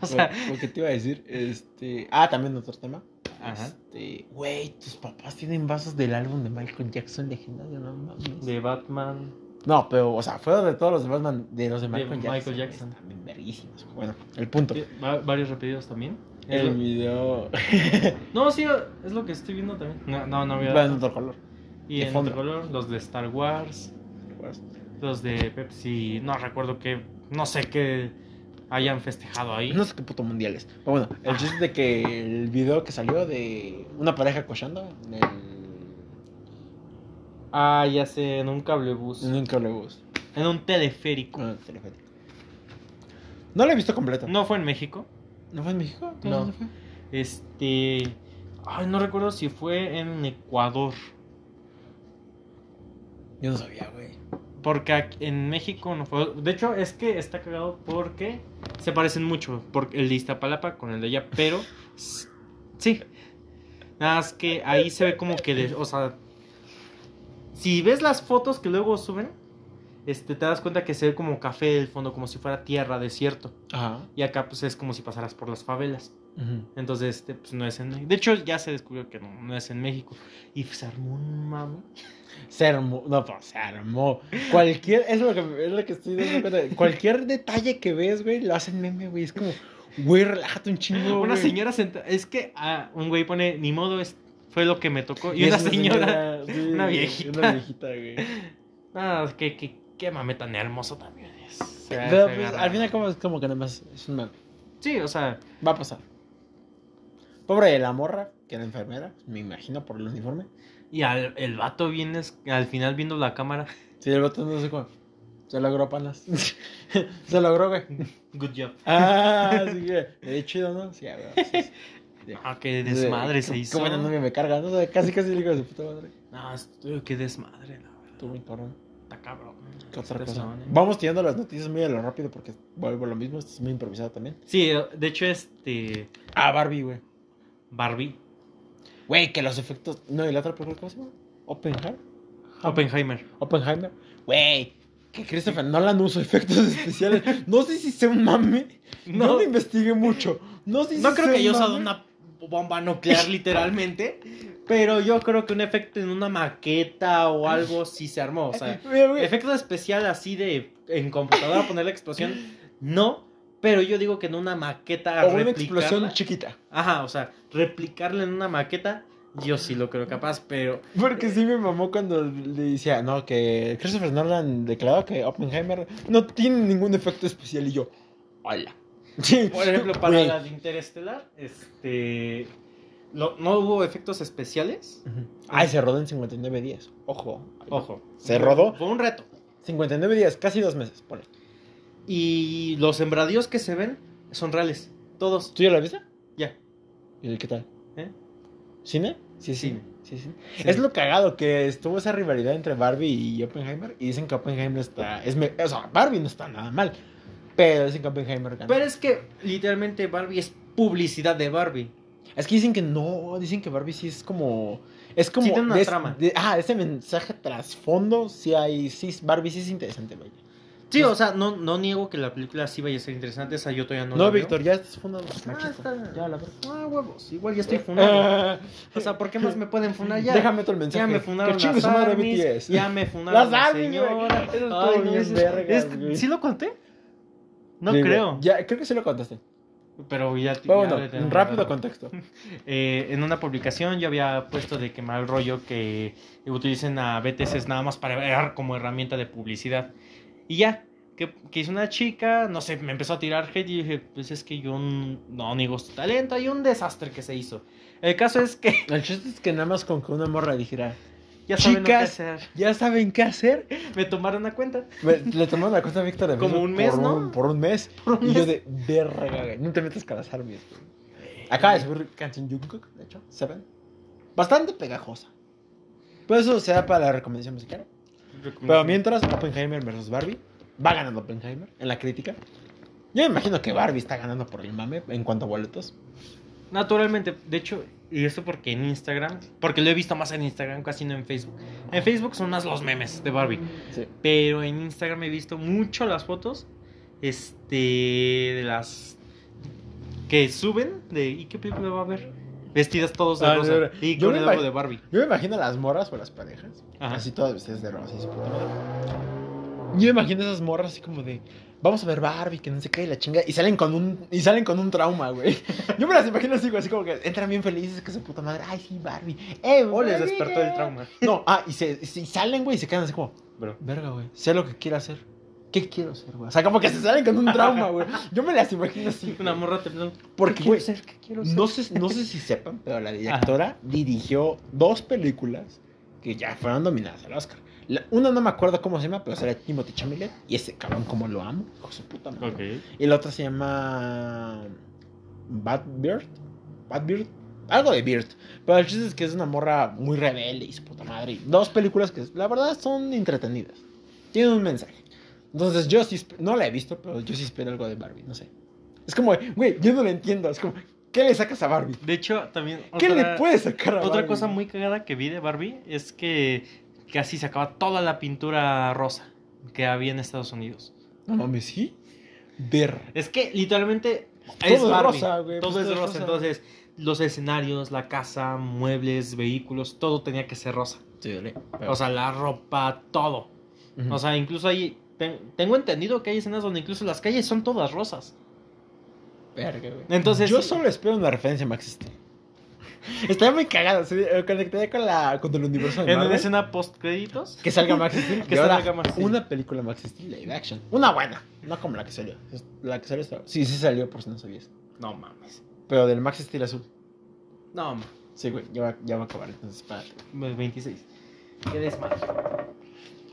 O sea,
Lo lo que te iba a decir, este. Ah, también otro tema.
ajá.
Este. Güey, tus papás tienen vasos del álbum de Michael Jackson legendario, no mames.
De Batman.
No, pero, o sea, fueron de todos los de Batman, de los de
De
Michael Jackson.
Michael Jackson.
Están bien verguísimas. Bueno, el punto.
¿Qué? ¿Va- ¿Varios repetidos también? Es
El
lo-
video.
No, sí, es lo que estoy viendo también. No, no, no había.
Va en otro color.
y
de
en
fondo.
otro color, los de Star Wars,
pues.
los de Pepsi, no recuerdo qué, no sé qué hayan festejado ahí.
No sé qué puto mundial es. Pero bueno, el chiste es de que el video que salió de una pareja cochando en el.
Ah, ya sé, en un cablebus.
En un cablebús.
En un teleférico.
con el teleférico. No lo he visto completo.
No fue en México.
¿No fue en México? ¿Tú
No.
dónde fue?
Este. Ay, no recuerdo si fue en Ecuador.
Yo no sabía, güey.
Porque aquí- en México no fue. De hecho, es que está cagado porque se parecen mucho. Porque el de Iztapalapa con el de allá, pero. s- Sí. Nada más que ahí se ve como que. de- o sea. Si ves las fotos que luego suben, este, te das cuenta que se ve como café del fondo, como si fuera tierra, desierto.
Ajá.
Y acá, pues es como si pasaras por las favelas. Entonces, este, pues no es en. De hecho, ya se descubrió que no, no es en México. Y se armó un mamo.
Se armó. No, pues se armó. Cualquier. Es lo que, es lo que estoy dando cuenta. Cualquier detalle que ves, güey, lo hacen meme, güey. Es como, güey, relájate un chingo.
Una
güey.
señora sentada. Es que ah, un güey pone, ni modo, es, fue lo que me tocó. Y
Es
una señora.
sí,
una
güey,
viejita.
Una viejita, güey.
Ah, qué, qué, qué mame tan hermoso también es. O sea,
Pero
se
pues,
agarra.
al final, como, es como que nada más es un meme.
Sí, o sea,
Va a pasar. Pobre de la morra, que era enfermera, me imagino por el uniforme.
y al, el vato viene es- al final viendo la cámara.
Sí, el botón no sé cómo. Se logró, panas. se logró, güey.
Good job.
Ah, sí, güey. Le di chido, ¿no? Sí, güey. sí, sí.
Ah, qué desmadre se hizo.
Qué buena novia me carga, ¿no? O sea, Casi, casi le digo de su puta madre.
Ah, estu- qué desmadre, la verdad.
Tú, muy cabrón.
Está cabrón.
¿Qué otra
Está
cosa?
cabrón, eh.
Vamos tirando las noticias muy a lo rápido porque vuelvo a lo mismo. Esto es muy improvisado también.
Sí, de hecho, este.
Ah, Barbie, güey.
Barbie.
Güey, que los efectos. No, y la otra película, ¿cómo se llama? Oppenheimer.
Oppenheimer.
Oppenheimer. Güey, que Christopher Nolan usó efectos especiales. No sé si sea un mame. No,
No.
lo investigué mucho. No sé si
No creo
sea
que
un
haya usado
mame.
una bomba nuclear literalmente, pero yo creo que un efecto en una maqueta o algo sí se armó. O sea,
Mira, güey,
efecto especial así de en computadora poner la explosión, no, pero yo digo que en una maqueta...
o una
replicarla-
explosión chiquita.
Ajá, o sea, replicarla en una maqueta, yo sí lo creo capaz, pero...
Porque sí me mamó cuando le decía, no, que Christopher Nolan declaró que Oppenheimer no tiene ningún efecto especial. Y yo, hola. Sí,
Por ejemplo, para
güey.
la de Interestelar, este... lo- no hubo efectos especiales.
Ujú. Ay, se rodó en 59 días. Ojo.
Ojo.
¿Se rodó?
Fue un reto.
59 días, casi dos meses. Ponle.
Y los sembradíos que se ven son reales. Todos.
¿Tú ya la viste?
Ya.
¿Y qué tal?
¿Eh?
¿Cine? Sí, es
Cine.
cine. Sí, es cine.
Sí.
Es lo cagado que estuvo esa rivalidad entre Barbie y Oppenheimer. Y dicen que Oppenheimer está. Es me- O sea, Barbie no está nada mal. Pero dicen que Oppenheimer gana.
Pero es que literalmente Barbie es publicidad de Barbie.
Es que dicen que no. Dicen que Barbie sí es como. Es como.
tiene una
de-
trama.
de- ah, ese mensaje trasfondo. Sí hay. Sí, Barbie sí es interesante, vaya. Pues
Sí, o sea, no, no niego que la película sí vaya a ser interesante. Esa yo todavía no
No,
la veo.
Víctor, ya estás fundado.
Ah,
machista.
está-
Ya, la verdad.
Ah, huevos. Igual ya estoy funado. o sea, ¿por qué más me pueden funar ya?
Eh, Déjame todo el mensaje.
ya me funaron
Que chingue
las
su madre
ARMYs,
BTS.
Ya me funaron las,
Las ARMYs,
señora.
güey. Eso estuvo
Ay, no,
bien
es-
vergas,
es-
güey.
¿Sí lo conté? No
Digo,
creo.
Ya, creo que sí lo contaste.
Pero ya... ya
Bueno,
le tenemos
rápido
la-
contexto.
Eh, en una publicación yo había puesto de que mal rollo que utilicen a BTS nada más para ver como herramienta de publicidad. Y ya, que, que hizo una chica, no sé, me empezó a tirar hate y yo dije, pues es que yo n- no niego su talento, hay un desastre que se hizo. El caso es que
El chiste es que nada más con que una morra dijera,
ya saben lo que
Chicas.
hacer.
ya saben qué hacer.
Me tomaron una cuenta.
Me- le tomaron la cuenta a Víctor de
Como
Facebook
un mes,
por
¿no?
por un mes. y yo de, verga, güey. No te metas con las armies, güey. Acaba de subir canción Jungkook, de hecho, ¿saben? Bastante pegajosa. Pero eso será para la recomendación musical. Pero mientras, Oppenheimer versus Barbie. Va ganando Oppenheimer en la crítica. Yo me imagino que Barbie está ganando por el mame en cuanto a boletos.
Naturalmente, de hecho, y esto porque en Instagram, porque lo he visto más en Instagram, casi no en Facebook. En Facebook son más los memes de Barbie.
Sí.
Pero en Instagram he visto mucho las fotos. Este. De las. Que suben. De, ¿Y qué película va a ver? Vestidas todos de
Ah,
rosa.
de verdad.
Y
Yo
con
me
el logo
imag-
de Barbie.
Yo me imagino a las morras o a las parejas.
Ajá.
Así todas vestidas de rosa y su puta madre. Yo me imagino esas morras así como de. Vamos a ver Barbie, que no se cae la chinga. Y salen con un, y salen con un trauma, güey. Yo me las imagino así, güey, así como que entran bien felices, que su puta madre. Ay, sí, Barbie. Eh,
O les
Barbie,
despertó el
eh".
trauma.
No, ah, y, se, y salen, güey, y se quedan así como.
Bro.
Verga, güey. Sé lo que quiero hacer. ¿Qué quiero hacer, güey? O sea, como que se salen con un trauma, güey. Yo me las imagino así.
Una morra temblando.
Porque, güey,
ser? ¿Qué quiero
no sé, no sé si sepan, pero la directora dirigió dos películas que ya fueron nominadas al Oscar. La- una no me acuerdo cómo se llama, pero será Timothy Chalamet y ese cabrón como lo amo, hijo de su puta madre.
Ok.
Y la otra se llama Badbeard. Badbeard. Algo de Beard. Pero el chiste es que es una morra muy rebelde y su puta madre. Y dos películas que la verdad son entretenidas. Tienen un mensaje. Entonces yo sí, esp- no la he visto, pero yo sí espero algo de Barbie, no sé. Es como, güey, yo no lo entiendo. Es como, ¿qué le sacas a Barbie?
De hecho, también.
¿Qué
otra-
le puedes sacar a Barbie?
Otra cosa muy cagada que vi de Barbie es que casi se acaba toda la pintura rosa que había en Estados Unidos.
No mames, sí. Ver.
Es que literalmente
Todo
es
es
Barbie.
rosa, güey,
Todo es
pues, todo es
rosa.
rosa.
Entonces, los escenarios, la casa, muebles, vehículos, todo tenía que ser rosa.
Sí, dale.
O sea, la ropa, todo.
Ujú.
O sea, incluso ahí. ten- tengo entendido que hay escenas donde incluso las calles son todas rosas.
Verga, güey.
Entonces-
Yo solo espero una referencia a Max Steel. Estaría muy cagado. sí, eh, Conectaría con, la, con el universo de
En una
Marvel.
escena post créditos.
Que salga Max Steel.
Que
y ahora,
salga Max Steel.
Una película Max Steel live action. Una buena. No como la que salió. Es- La que salió está- Sí, sí salió, por si no sabías.
No mames.
Pero del Max Steel azul.
No mames.
Sí, güey. Ya va, ya va a acabar. Entonces, espérate.
26. Qué desmadre.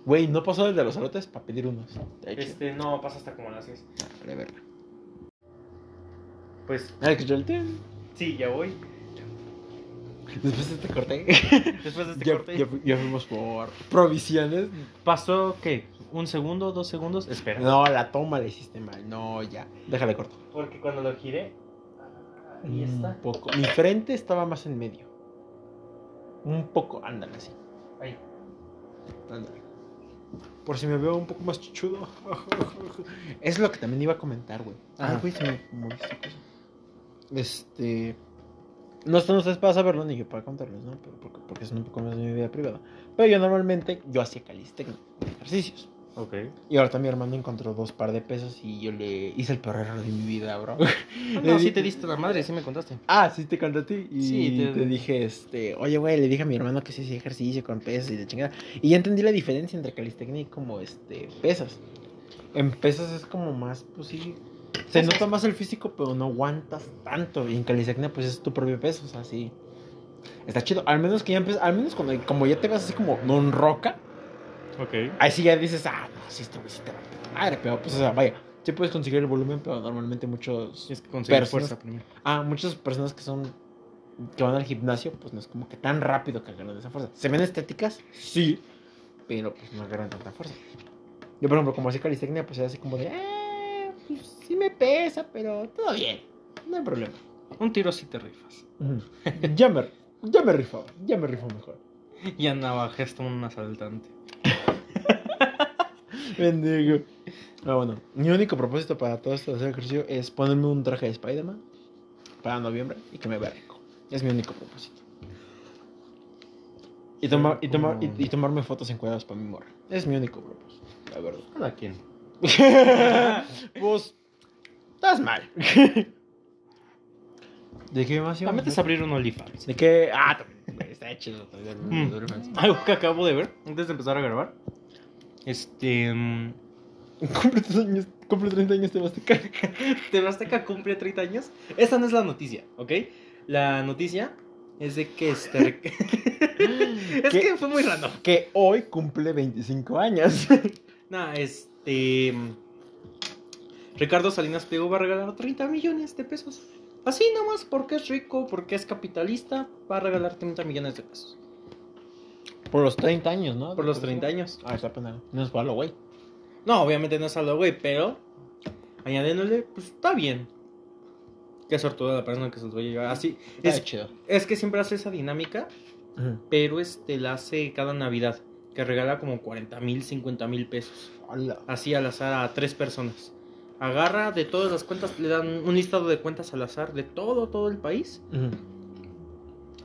Güey, ¿no pasó el de los alotes? Para pedir unos. De hecho.
Este, no, pasa hasta como las 6.
Vale, verga.
Pues
Ah, escuchó el tin.
sí, ya voy.
Después de este corte.
Después de este
ya,
corte.
ya fu- ya fuimos por provisiones.
¿Pasó qué? ¿Un segundo? ¿Dos segundos? Espera.
No, la toma la hiciste mal. No, ya. Déjale corto.
Porque cuando lo giré. Ahí está.
Un poco. Mi frente estaba más en medio. Un poco. Ándale así.
Ahí.
Ándale. Por si me veo un poco más chuchudo. es lo que también iba a comentar, güey. Ay,
Ajá.
güey, se me movió esta cosa. Este. No están ustedes para saberlo ni yo para contarles, ¿no? Pero porque, porque es un poco más de mi vida privada. Pero yo normalmente, yo hacía calistecnia, ejercicios.
Ok.
Y ahorita mi hermano encontró dos par de pesos y yo le hice el peor error de mi vida, bro.
No,
Le
sí
di-
te diste la madre, sí me contaste.
Ah, sí te conté a ti. Y
Sí,
te...
te-
dije, este, oye, güey, le dije a mi hermano que sí hacía ejercicio con pesas y de chingada. Y ya entendí la diferencia entre calistecnia y como, este, pesas. En pesas es como más, pues sí, se
Pesas.
nota más el físico, pero no aguantas tanto. Y en calistecnia, pues es tu propio peso, o sea, sí. Está chido. Al menos que ya empiezas, al menos cuando, como ya te vas así como non roca,
Ok.
ahí sí ya dices, ah, no, sí, esto, güey, sí te va a puta madre, pero pues, o sea, vaya. Sí puedes conseguir el volumen, pero normalmente muchos...
Tienes que conseguir
Personas-
fuerza primero.
Ah, muchas personas que son que van al gimnasio, pues no es como que tan rápido que ganan esa fuerza. ¿Se ven estéticas? Sí, pero pues no ganan tanta fuerza. Yo, por ejemplo, como hacía calistecnia, pues era así como de, "Ah, pues sí me pesa, pero todo bien, no hay problema.
Un tiro sí te rifas.
ya, me, ya me rifó, ya me rifó mejor.
Y navajaste a un asaltante.
Bendigo. Ah, bueno, mi único propósito para todo esto de hacer ejercicio es ponerme un traje de Spider-Man para noviembre y que me vea rico. Es mi único propósito. Y, toma- y, toma- y- y tomarme fotos en cuadros para mi morra. Es mi único propósito, la
¿A quién?
verdad. Vos, estás mal. ¿De qué más
La
íbamos?
meta es abrir un OnlyFans.
¿De qué? Ah, también, güey, está chido. también,
Mm.
OnlyFans.
Algo que acabo de ver antes de empezar a grabar. Este. mm,
Cumple 30 años, cumple 30 años te vas a caer.
Tebasteca cumple 30 años. Esta no es la noticia, ¿ok? La noticia es de que este. es
¿Qué?
que fue muy random.
que hoy cumple 25 años.
No, este. Ricardo Salinas Pliego va a regalar 30 millones de pesos. Así nomás, porque es rico, porque es capitalista, va a regalar 30 millones de pesos.
Por los 30 años, ¿no?
Por los 30 años.
Ah, está pendejo. No es malo, güey.
No, obviamente no es algo, güey, pero. Añadiéndole, pues está bien. Qué sortuda la persona que se lo lleva así.
Está
Es,
chido.
es que siempre hace esa dinámica pero este la hace cada Navidad, que regala como 40 mil, 50 mil pesos,
Hola.
así al azar a tres personas. Agarra de todas las cuentas, le dan un listado de cuentas al azar de todo, todo el país.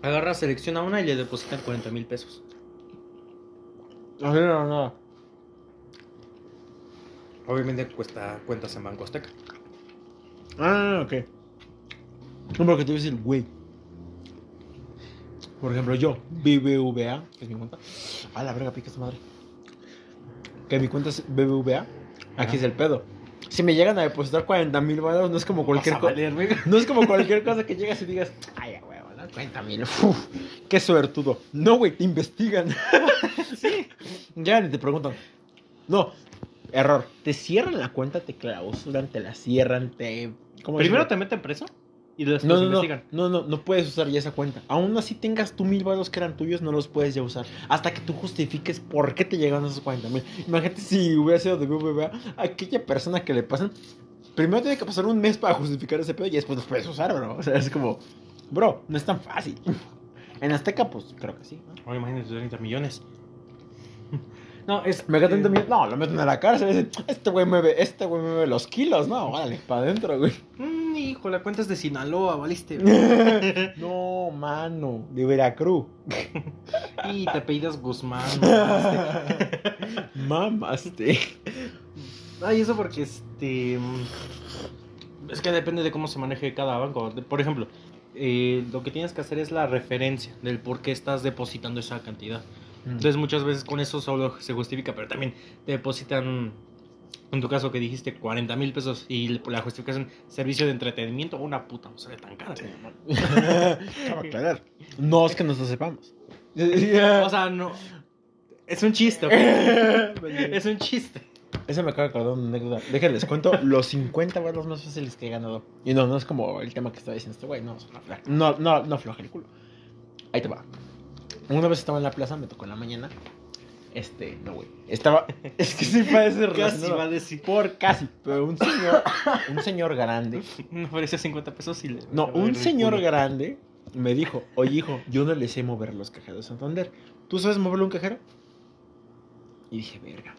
Agarra, selecciona una y le depositan 40 mil pesos.
No, no, no.
Obviamente cuesta cuentas en Banco Azteca.
Ah, ok. No, porque te voy a decir, güey. Por ejemplo, yo, BBVA, que es mi cuenta. A la verga, pica esta madre. Que mi cuenta es BBVA. Aquí
Ajá.
es el pedo. Si me llegan a depositar 40 mil baros, no es como cualquier cosa. No es como cualquier cosa que llegas y digas, ay, a huevo, ¿no? 40 mil, uf, qué suertudo. No, güey, te investigan. sí. Ya ni te preguntan. No, error. Te cierran la cuenta, te clausuran, te la cierran, te. ¿cómo
Primero
decirlo?
te meten preso y después
No, no, no,
investigan.
no, no, no puedes usar ya esa cuenta. Aún así tengas tú mil varos que eran tuyos, no los puedes ya usar. Hasta que tú justifiques por qué te llegaron esos 40 mil. Imagínate si hubiera sido de BBVA, aquella persona que le pasan, primero tiene que pasar un mes para justificar ese pedo y después los puedes usar, bro. O sea, es como, bro, no es tan fácil. En Azteca, pues creo que sí. ¿no?
Ahora Oh, imagínate 30 millones. No, es.
Me quedan 30
eh,
millones. No, lo meten a la cárcel. dicen, Este güey mueve, este güey mueve los kilos, no, órale, para adentro, güey.
mm, hijo, la cuenta es de Sinaloa, valiste.
No, mano, de Veracruz.
y te apellidas Guzmán. mamaste.
Mamaste.
Ay, eso porque este. mm, Es que depende de cómo se maneje cada banco. De- Por ejemplo, eh, lo que tienes que hacer es la referencia del por qué estás depositando esa cantidad. Entonces, muchas veces con eso solo se justifica, pero también te depositan. En tu caso que dijiste 40 mil pesos y la justificación servicio de entretenimiento, una puta, no sale tan cara.
Acaba de aclarar. No es que nos lo sepamos.
O sea, no. Es un chiste, ok. Es un chiste.
Ese me acaba de acordar una anécdota. Déjenles cuento los 50 balas más fáciles que he ganado. Y no, no es como el tema que estaba diciendo este güey. No, es una fla- no, no, no afloja el culo. Ahí te va. Una vez estaba en la plaza, me tocó en la mañana. Este, no, güey. Estaba. Es que sí parece
Casi
relacionado.
va a decir.
Por casi. Pero un señor. Un señor grande.
Me ofreció 50 pesos y le.
Este, No,
le va a
un
dar el
señor
culo.
grande me dijo, oye hijo, yo no le sé mover los cajeros de Santander. ¿Tú sabes moverle un cajero? Y dije, verga.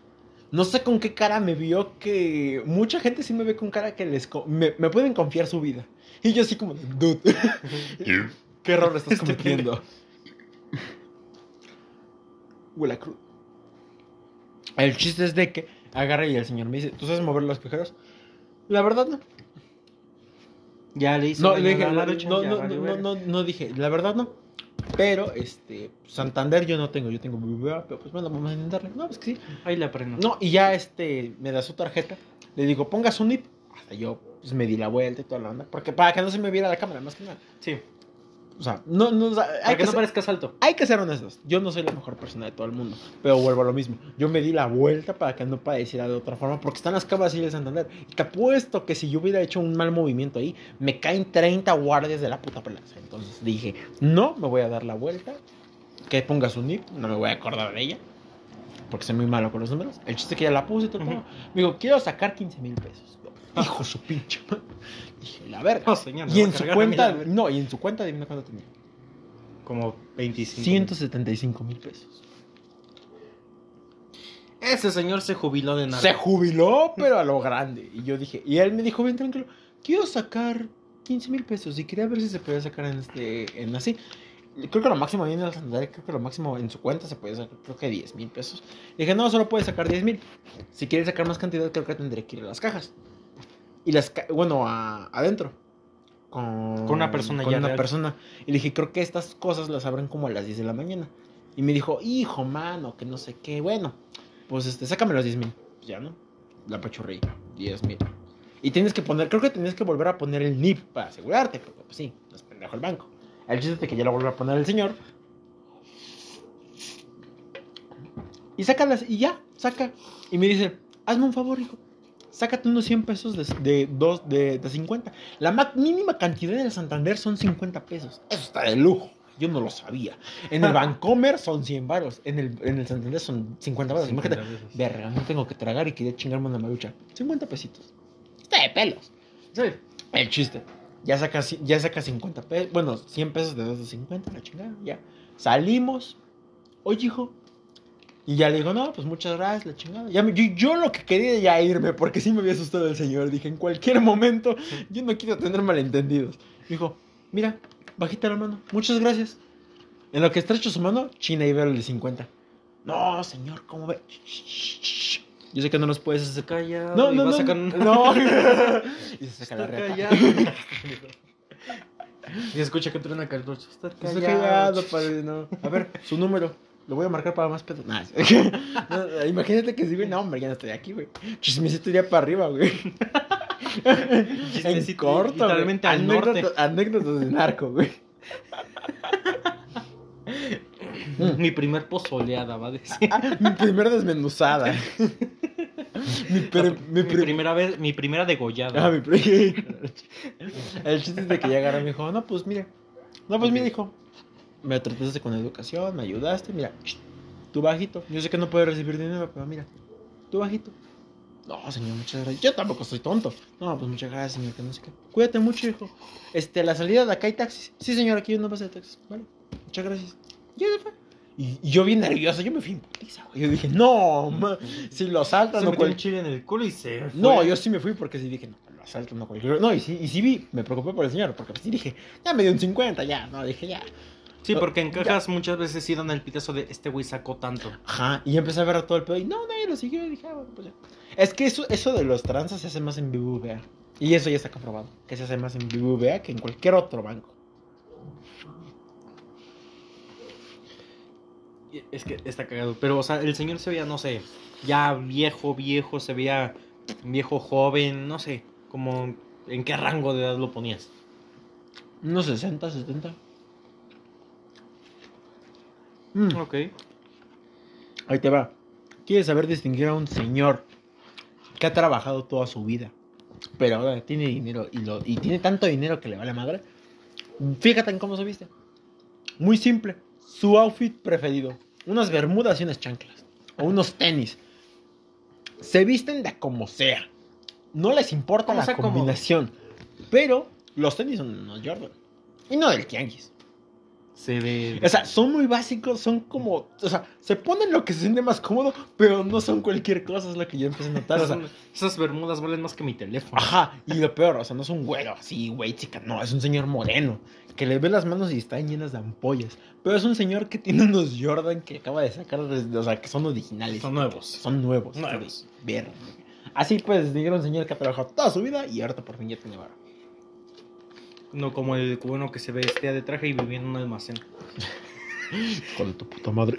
No sé con qué cara me vio que... Mucha gente sí me ve con cara que les... co- Me, me pueden confiar su vida. Y yo así como, dude, qué error estás
Este
cometiendo. Huele a crud. El chiste es de que agarra y el señor me dice, ¿tú sabes mover los cajeros? La verdad no.
Ya le hizo.
No,
daño
le
a
dije,
la
no,
marucha,
no,
ya
no,
valió
no,
verga.
no, no dije, la verdad no. Pero, este, Santander yo no tengo, yo tengo BBVA, pero pues bueno, vamos a intentarle. No, pues que sí.
Ahí la prendo.
No, y ya, este, me da su tarjeta, le digo, ponga su NIP. Hasta yo, pues me di la vuelta y toda la onda, porque para que no se me viera la cámara, más que nada.
Sí.
O sea, no, no, o sea, hay
Para
que
que no
ser-
parezca salto.
hay que ser honestos. Yo no soy la mejor persona de todo el mundo. Pero vuelvo a lo mismo. Yo me di la vuelta para que no padeciera de otra forma. Porque están las cámaras ahí de Santander. Y te apuesto que si yo hubiera hecho un mal movimiento ahí, me caen 30 guardias de la puta plaza. Entonces dije, no, me voy a dar la vuelta. Que ponga su NIP. No me voy a acordar de ella. Porque soy muy malo con los números. El chiste es que ya la puse y todo. el
Ujú. Ah.
pedo. Me digo, quiero sacar 15 mil pesos. Yo, Hijo de su pinche. madre. Dije, la verga.
No, señor. me
Y
va a
en su
cargar
cuenta,
a mí
no, y en su cuenta, adivina cuánto tenía.
la- Como 25.
175 mil pesos.
Ese señor se jubiló de nada.
Se jubiló, pero a lo grande. Y yo dije, y él me dijo bien tranquilo, quiero sacar 15 mil pesos y quería ver si se podía sacar en este, en así. Creo que lo máximo ahí en el Santander, creo que lo máximo en su cuenta se podía sacar, creo que 10 mil pesos. Le dije, no, solo puedes sacar 10 mil. Si quieres sacar más cantidad, creo que tendré que ir a las cajas. Y las, ca- bueno, a- adentro. Con,
Con una persona
con
ya
una
real.
persona. Y le dije, creo que estas cosas las abren como a las 10 de la mañana. Y me dijo, hijo, mano, que no sé qué. Bueno, pues este, sácame los 10 mil. Ya, ¿no? La pachurrilla, 10 mil. Y tienes que poner, creo que tenías que volver a poner el NIP para asegurarte, porque pues sí, nos pendejo el banco. El chiste es de que ya lo volvió a poner el señor. Y saca las, y ya, saca. Y me dice, hazme un favor, hijo. Sácate unos 100 pesos de, de, dos, de, de 50. La ma- mínima cantidad del Santander son 50 pesos. Eso está de lujo. Yo no lo sabía. En el Bancomer son 100 varos. En el, en el Santander son 50 varos. Imagínate,
50 veces.
Verga, no tengo que tragar y quería chingarme una marucha. 50 pesitos. Está de pelos.
Sí.
El chiste. Ya saca, ci- ya saca 50 pesos. Bueno, 100 pesos de dos de 50, la chingada, ya. Salimos. Oye, hijo. Y ya le digo, no, pues muchas gracias, la chingada. Ya me- yo, yo lo que quería era ya irme, porque sí me había asustado el señor. Dije, en cualquier momento, yo no quiero tener malentendidos. Dijo, mira, bajita la mano, muchas gracias. En lo que estrecho su mano, China y veo el de 50. No, señor, ¿cómo ve? Shh, shh, shh. Yo sé que no nos puedes hacer
Callado.
no,
pues y
no,
va
no.
a sacar-
No. y se saca la
Está
reta.
callado. Y escucha que entra una cartucho. Está
Está
callado.
callado, padre, no. A ver, su número. Lo voy a marcar para más pedo. Nah, no, no, imagínate que si, güey, no, hombre, ya no estoy aquí, güey. Chismecito iría para arriba, güey. En
Chismecito,
corto, güey.
literalmente al
Anécdota-
norte.
Anécdotas de narco, güey. Mm.
Mi primer pozoleada, va a decir.
Mi primera desmenuzada. Mi, pre-
mi
mi pre-
primera vez, mi primera degollada.
Ah, mi pre- El chiste es de que ya agarró y me dijo, no, pues mire. No, pues mire,
Ok.
hijo. Me trataste con educación, me ayudaste, mira. Tú bajito. Yo sé que no puedes recibir dinero, pero mira. Tú bajito. No, señor, muchas gracias. Yo tampoco soy tonto. No, pues muchas gracias, señor, que no sé qué. Cuídate mucho, hijo. Este, la salida de acá hay taxis. Sí, señor, aquí hay una base de taxis. Vale, muchas gracias. Ya se fue. Y, y yo bien nervioso, yo me fui en putiza, güey. Yo dije, no, ma, si lo saltan
Se
no
metió un chile en el culo y se fue.
no, yo sí me fui porque sí dije, no, lo asalto, no cualquier. No, y sí, y sí vi, me preocupé por el señor, porque pues sí dije, ya me dio un 50, ya, no, dije, ya.
Sí, porque en cajas muchas veces sí dan el pitazo de este güey sacó tanto.
Ajá, y ya empecé a ver a todo el pedo y no, nadie lo siguió, y dije, ah, bueno, pues ya. Es que eso, eso de los tranzas se hace más en BBVA. Y eso ya está comprobado, que se hace más en BBVA que en cualquier otro banco.
Y Es que está cagado. Pero, o sea, el señor se veía, no sé, ya viejo, viejo, se veía viejo, joven, no sé, como en qué rango de edad lo ponías.
Unos 60, 70. Mm,
Ok.
ahí te va. Quieres saber distinguir a un señor que ha trabajado toda su vida, pero ahora tiene dinero y, lo, y tiene tanto dinero que le vale madre. Fíjate en cómo se viste. Muy simple. Su outfit preferido. Unas bermudas y unas chanclas. O unos tenis. Se visten de como sea. No les importa
Como
la
sea cómodo.
combinación. Pero los tenis son unos Jordan. Y no del tianguis.
Se ve.
O sea, son muy básicos, son como... O sea, se ponen lo que se siente más cómodo, pero no son cualquier cosa, es lo que yo empecé a notar. O sea,
Esas- esas bermudas valen más que mi teléfono.
Ajá, y lo peor, o sea, no es un güero así, güey, chica, no, es un señor moreno, que le ve las manos y están llenas de ampollas. Pero es un señor que tiene unos Jordan que acaba de sacar, desde- o sea, que son originales.
Son nuevos.
Son nuevos.
Nuevos.
Verga. Así pues, dijeron un señor que ha trabajado toda su vida y ahorita por fin ya tiene barro.
No como el cubano que se vestía de traje y vivía en un almacén.
Con tu puta madre.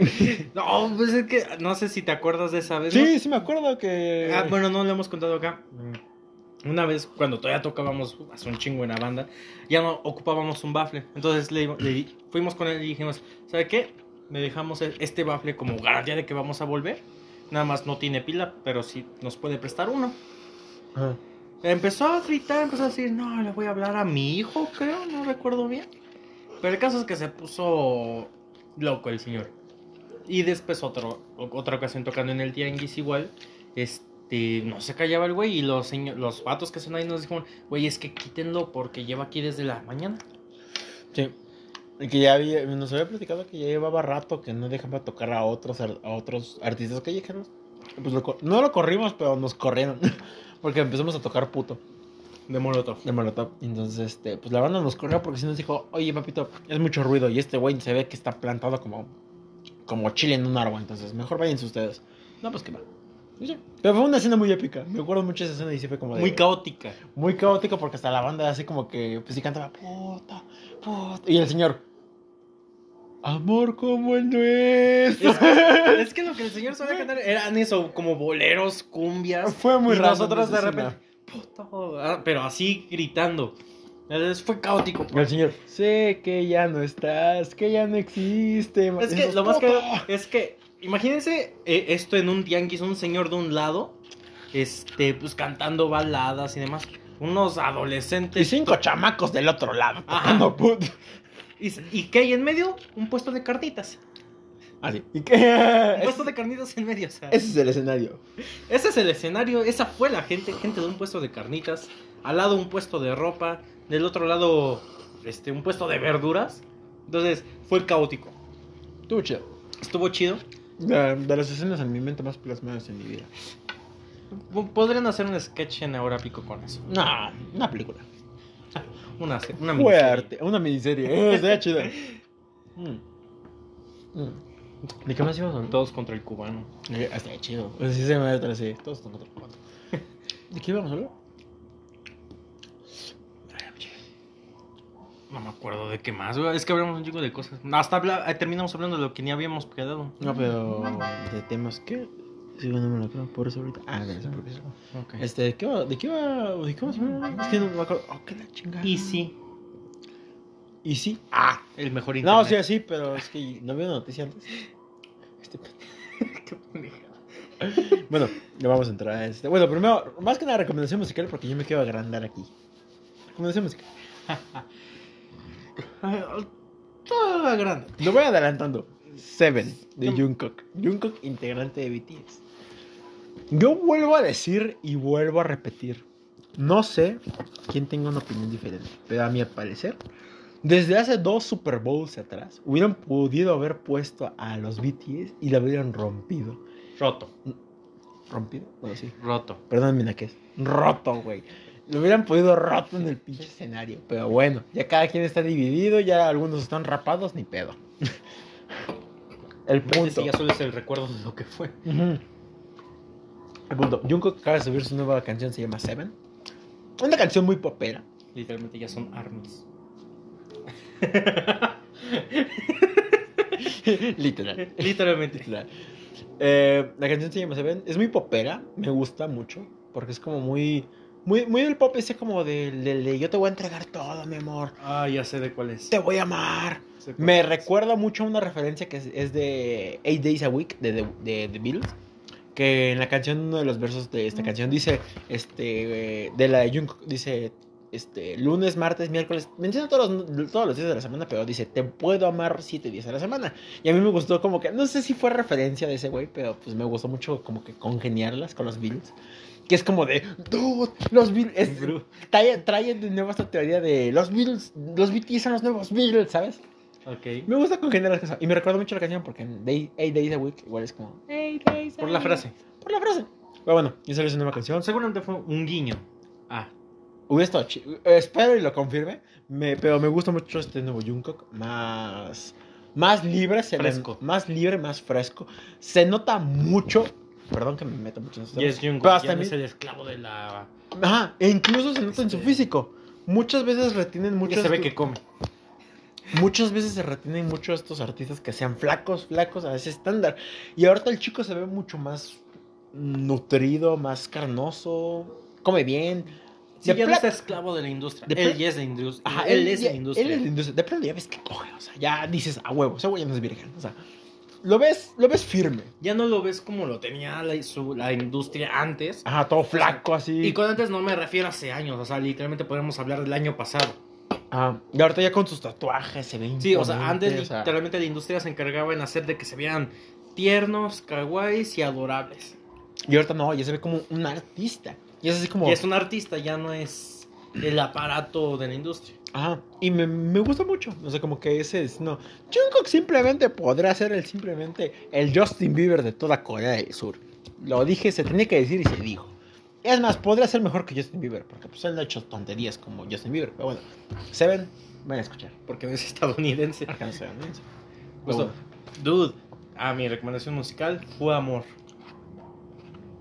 No, pues es que no sé si te acuerdas de esa vez. ¿no?
Sí, sí me acuerdo que...
Ah, bueno, no lo hemos contado acá. Una vez, cuando todavía tocábamos hace un chingo en la banda, ya no ocupábamos un bafle. Entonces le, le- fuimos con él y dijimos, ¿sabe qué? Me dejamos e- este bafle como garantía de que vamos a volver. Nada más no tiene pila, pero sí nos puede prestar uno.
Ajá.
Empezó a gritar, empezó a decir, no, le voy a hablar a mi hijo, creo, no recuerdo bien. Pero el caso es que se puso loco el señor. Y después otro, o- otra ocasión tocando en el tianguis igual, este, no se callaba el güey y los, seño- los vatos que son ahí nos dijeron, güey, es que quítenlo porque lleva aquí desde la mañana.
Sí. Y Que ya había, nos había platicado que ya llevaba rato que no dejaba tocar a otros, ar- a otros artistas callejeros. Pues lo cor- no lo corrimos, pero nos corrieron. Porque empezamos a tocar puto
De Molotov.
de Molotov. Entonces, este, pues la banda nos corrió porque si nos dijo, oye papito, es mucho ruido. Y este güey se ve que está plantado como, como chile en un árbol. Entonces, mejor váyanse ustedes. No, pues que va. Y ya. Pero fue una escena muy épica. Me acuerdo mucho de esa escena y sí fue como de-
Muy caótica.
muy caótico porque hasta la banda así como que pues sí cantaba puta, puta. Y el señor, amor como el nuestro.
es que lo que el señor sabía cantar eran eso, como boleros, cumbias.
Fue muy
y
raro.
nosotros de repente, puto, ah, pero así gritando. Entonces fue caótico.
Y el señor, sé que ya no estás, que ya no existe. ma-
Es que
esos
lo más que
putos".
es que imagínense eh, esto en un tianguis, un señor de un lado, este, pues cantando baladas y demás, unos
Y
adolescentes
cinco chamacos del otro lado.
Ajá.
Tocando puto.
y, y qué hay en medio, un puesto de carnitas,
Así. ¿Y qué? Ese-
un puesto de carnitas en medio, o sea,
ese es el escenario.
ese es el escenario, esa fue la gente, gente de un puesto de carnitas, al lado un puesto de ropa, del otro lado, este, un puesto de verduras, entonces fue caótico,
Tú, chido.
estuvo chido,
De, de las escenas en mi mente más plasmadas en mi vida.
P- podrían hacer un sketch en ahora pico con eso,
No, una película.
una, se- una miniserie.
Fuerte, una miniserie. Estaría chido. Mm. ¿De qué más íbamos a hablar?
Todos contra el cubano.
Eh, Estaría chido. Pues sí, se me va a traer así. Todos están contra el cuatro. ¿De qué íbamos a hablar?
No me acuerdo de qué más, güey. Es que hablamos un chingo de cosas. Hasta habla- eh, terminamos hablando de lo que ni habíamos quedado.
No, pero. ¿De temas qué? Sí, bueno, me lo creo. Por eso ahorita. Ah, de eso, por eso.
Ok.
Este, ¿de qué va? ¿De qué va? ¿De qué vamos a hablar? Es que no me acuerdo. Oh, qué la chingada.
Y sí,
¿Y sí? Ah.
el mejor internet.
No, sí, sí, pero es que no había una noticia antes. Este
Qué pendeja.
Bueno, le vamos a entrar a este. Bueno, primero, más que nada recomendación musical porque yo me quiero agrandar aquí. Recomendación musical.
Todo va grande.
Lo voy adelantando. Seven de
No.
Jungkook. Jungkook, integrante de BTS. Yo vuelvo a decir y vuelvo a repetir. No sé quién tenga una opinión diferente, pero a mi parecer, desde hace dos Super Bowls atrás, hubieran podido haber puesto a los BTS y la hubieran rompido.
Roto,
¿Rompido? Bueno, sí.
roto.
Perdón, mira que es roto, güey. Lo hubieran podido roto en el pinche escenario. Pero bueno, ya cada quien está dividido, ya algunos están rapados, ni pedo. El
Vete
punto.
si ya solo es el recuerdo de lo que fue.
Ujú. El punto. Jungkook acaba de subir su nueva canción, se llama Seven. Una canción muy popera.
Literalmente ya son armies.
Literal.
Literalmente.
Literal. Eh, la canción se llama Seven. Es muy popera. Me gusta mucho. Porque es como muy. Muy, muy del pop ese como del del de yo te voy a entregar todo, mi amor.
Ah, ya sé de cuál es.
Te voy a amar.
Sé cuál
Me
es.
recuerda mucho a una referencia que es, es de Eight Days a Week de The de, The Beatles. Que en la canción, uno de los versos de esta canción dice, este, eh, de la de Jungkook, dice, este, lunes, martes, miércoles, menciona todos los, todos los días de la semana, pero dice, te puedo amar siete días a la semana. Y a mí me gustó como que, no sé si fue referencia de ese güey, pero pues me gustó mucho como que congeniarlas con los Beatles. Que es como de, dude, los Beatles, es-
Bru-
trae, trae de nuevo esta teoría de los Beatles, los BTS son los nuevos Beatles, ¿sabes?
Ok.
Me gusta congelar las cosas. Y me recuerda mucho la canción porque en Day, Eight Days a Week igual es como. Eight Days a
Por la
Week.
frase.
Por la frase. Pero bueno, y salió su nueva canción.
Seguramente fue un guiño. Ah,
Hubiera estado chi- Espero y lo confirme. Me, pero me gusta mucho este nuevo Jungkook. Más. Más libre, se le-
Fresco.
más libre, más fresco. Se nota mucho. Perdón que me meto mucho en esto.
y es Jungkook.
Pero hasta
ya
a
no
mí-
es el esclavo de la...
Ajá, e incluso se nota en su
Este-
físico. Muchas veces retienen mucho.
que se ve
esto-
que come.
Muchas veces se retienen mucho estos artistas que sean flacos, flacos a ese estándar. Y ahorita el chico se ve mucho más nutrido, más carnoso, come bien.
Sí,
De
ya no
pla-
es esclavo de la industria.
de
él
pla-
ya es de industria.
Ajá,
él, es
ya-
de industria.
Él es de industria. De pronto ya ves que coge, o sea, ya dices a huevo, ese güey ya no es virgen. O sea, lo ves, lo ves firme.
Ya no lo ves como lo tenía la, su- la industria antes.
Ajá, todo flaco así.
Y con antes no me refiero a hace años. O sea, literalmente podemos hablar del año pasado.
Ajá, y ahorita ya con sus tatuajes se ve
Sí, o sea,
imponente,
antes
o sea,
literalmente la industria se encargaba en hacer de que se vieran tiernos, kawaiis y adorables.
Y ahorita no, ya se ve como un artista. Y es así como...
Y es un artista, ya no es el aparato de la industria.
Ajá, y me, me gusta mucho. O sea, como que ese es, no. Jungkook simplemente podrá ser el simplemente el Justin Bieber de toda Corea del Sur. Lo dije, se tenía que decir y se dijo. Es más, podría ser mejor que Justin Bieber, porque pues él no ha hecho tonterías como Justin Bieber. Pero bueno, Seven, van a escuchar.
Porque no es estadounidense.
Arcano Seven, Ah, ¿no?
Justo. Dude, a mi recomendación musical fue Amor,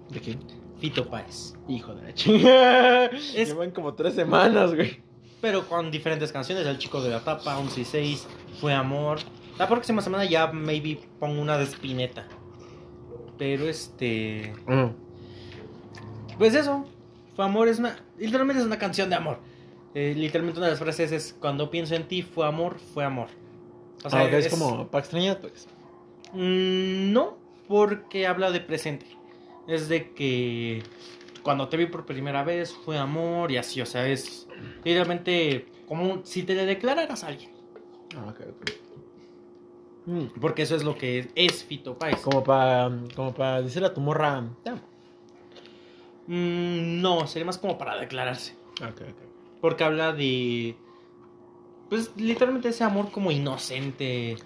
¿De quién?
Fito Páez.
Hijo de la chingada.
Es-
Llevan como tres semanas, güey.
Pero con diferentes canciones, El Chico de la Tapa, 11 y 6, Fue Amor. La próxima semana ya maybe pongo una de Spinetta. Pero este...
Mm.
Pues eso, fue amor, es una. Literalmente es una canción de amor. Eh, literalmente una de las frases es: Cuando pienso en ti, fue amor, fue amor. O
Ah, ok, es, como para extrañar, pues.
Mm, No, porque habla de presente. Es de que cuando te vi por primera vez fue amor y así, o sea, es literalmente como si te le declararas a alguien.
Ah, ok, ok. Mm.
Porque eso es lo que es, es Fito Páez.
Como para como pa decirle a tu morra. "Te amo".
Mm, no, sería más como para declararse.
Ok, ok.
Porque habla de. Pues literalmente ese amor como inocente.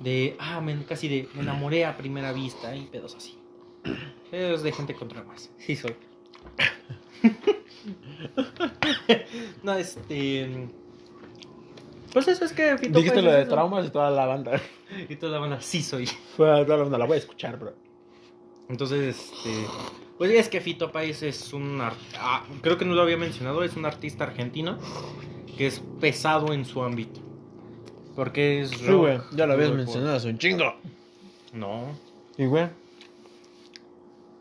De. Ah, me- casi de. Me enamoré a primera vista. Y pedos así. Es de gente contra más. Sí, soy. no, este. Pues eso es que. Fito
Dijiste
Páez
lo
es
de
eso.
traumas y toda la banda.
Y toda la banda. Sí, soy.
Fue toda la banda, la voy a escuchar, bro.
Entonces, este. Pues es que Fito Páez es un. ar- ah, creo que no lo había mencionado, es un artista argentino que es pesado en su ámbito. Porque es.
Sí,
rock,
güey, ya lo habías
rock,
mencionado hace un chingo.
No.
Y, güey,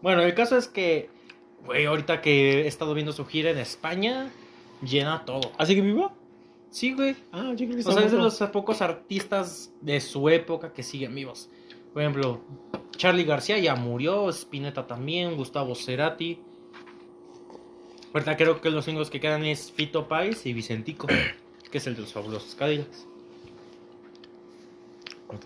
Bueno, el caso es que. Güey, ahorita que he estado viendo su gira en España, llena todo.
¿así que ¿Ah, vivo?
Sí, güey.
Ah, yo creo que
O sea, es de los pocos artistas de su época que siguen vivos. Por ejemplo, Charlie García ya murió, Spinetta también, Gustavo Cerati. Ahorita creo que los únicos que quedan es Fito Páez y Vicentico, que es el de los fabulosos Cadillacs.
Ok.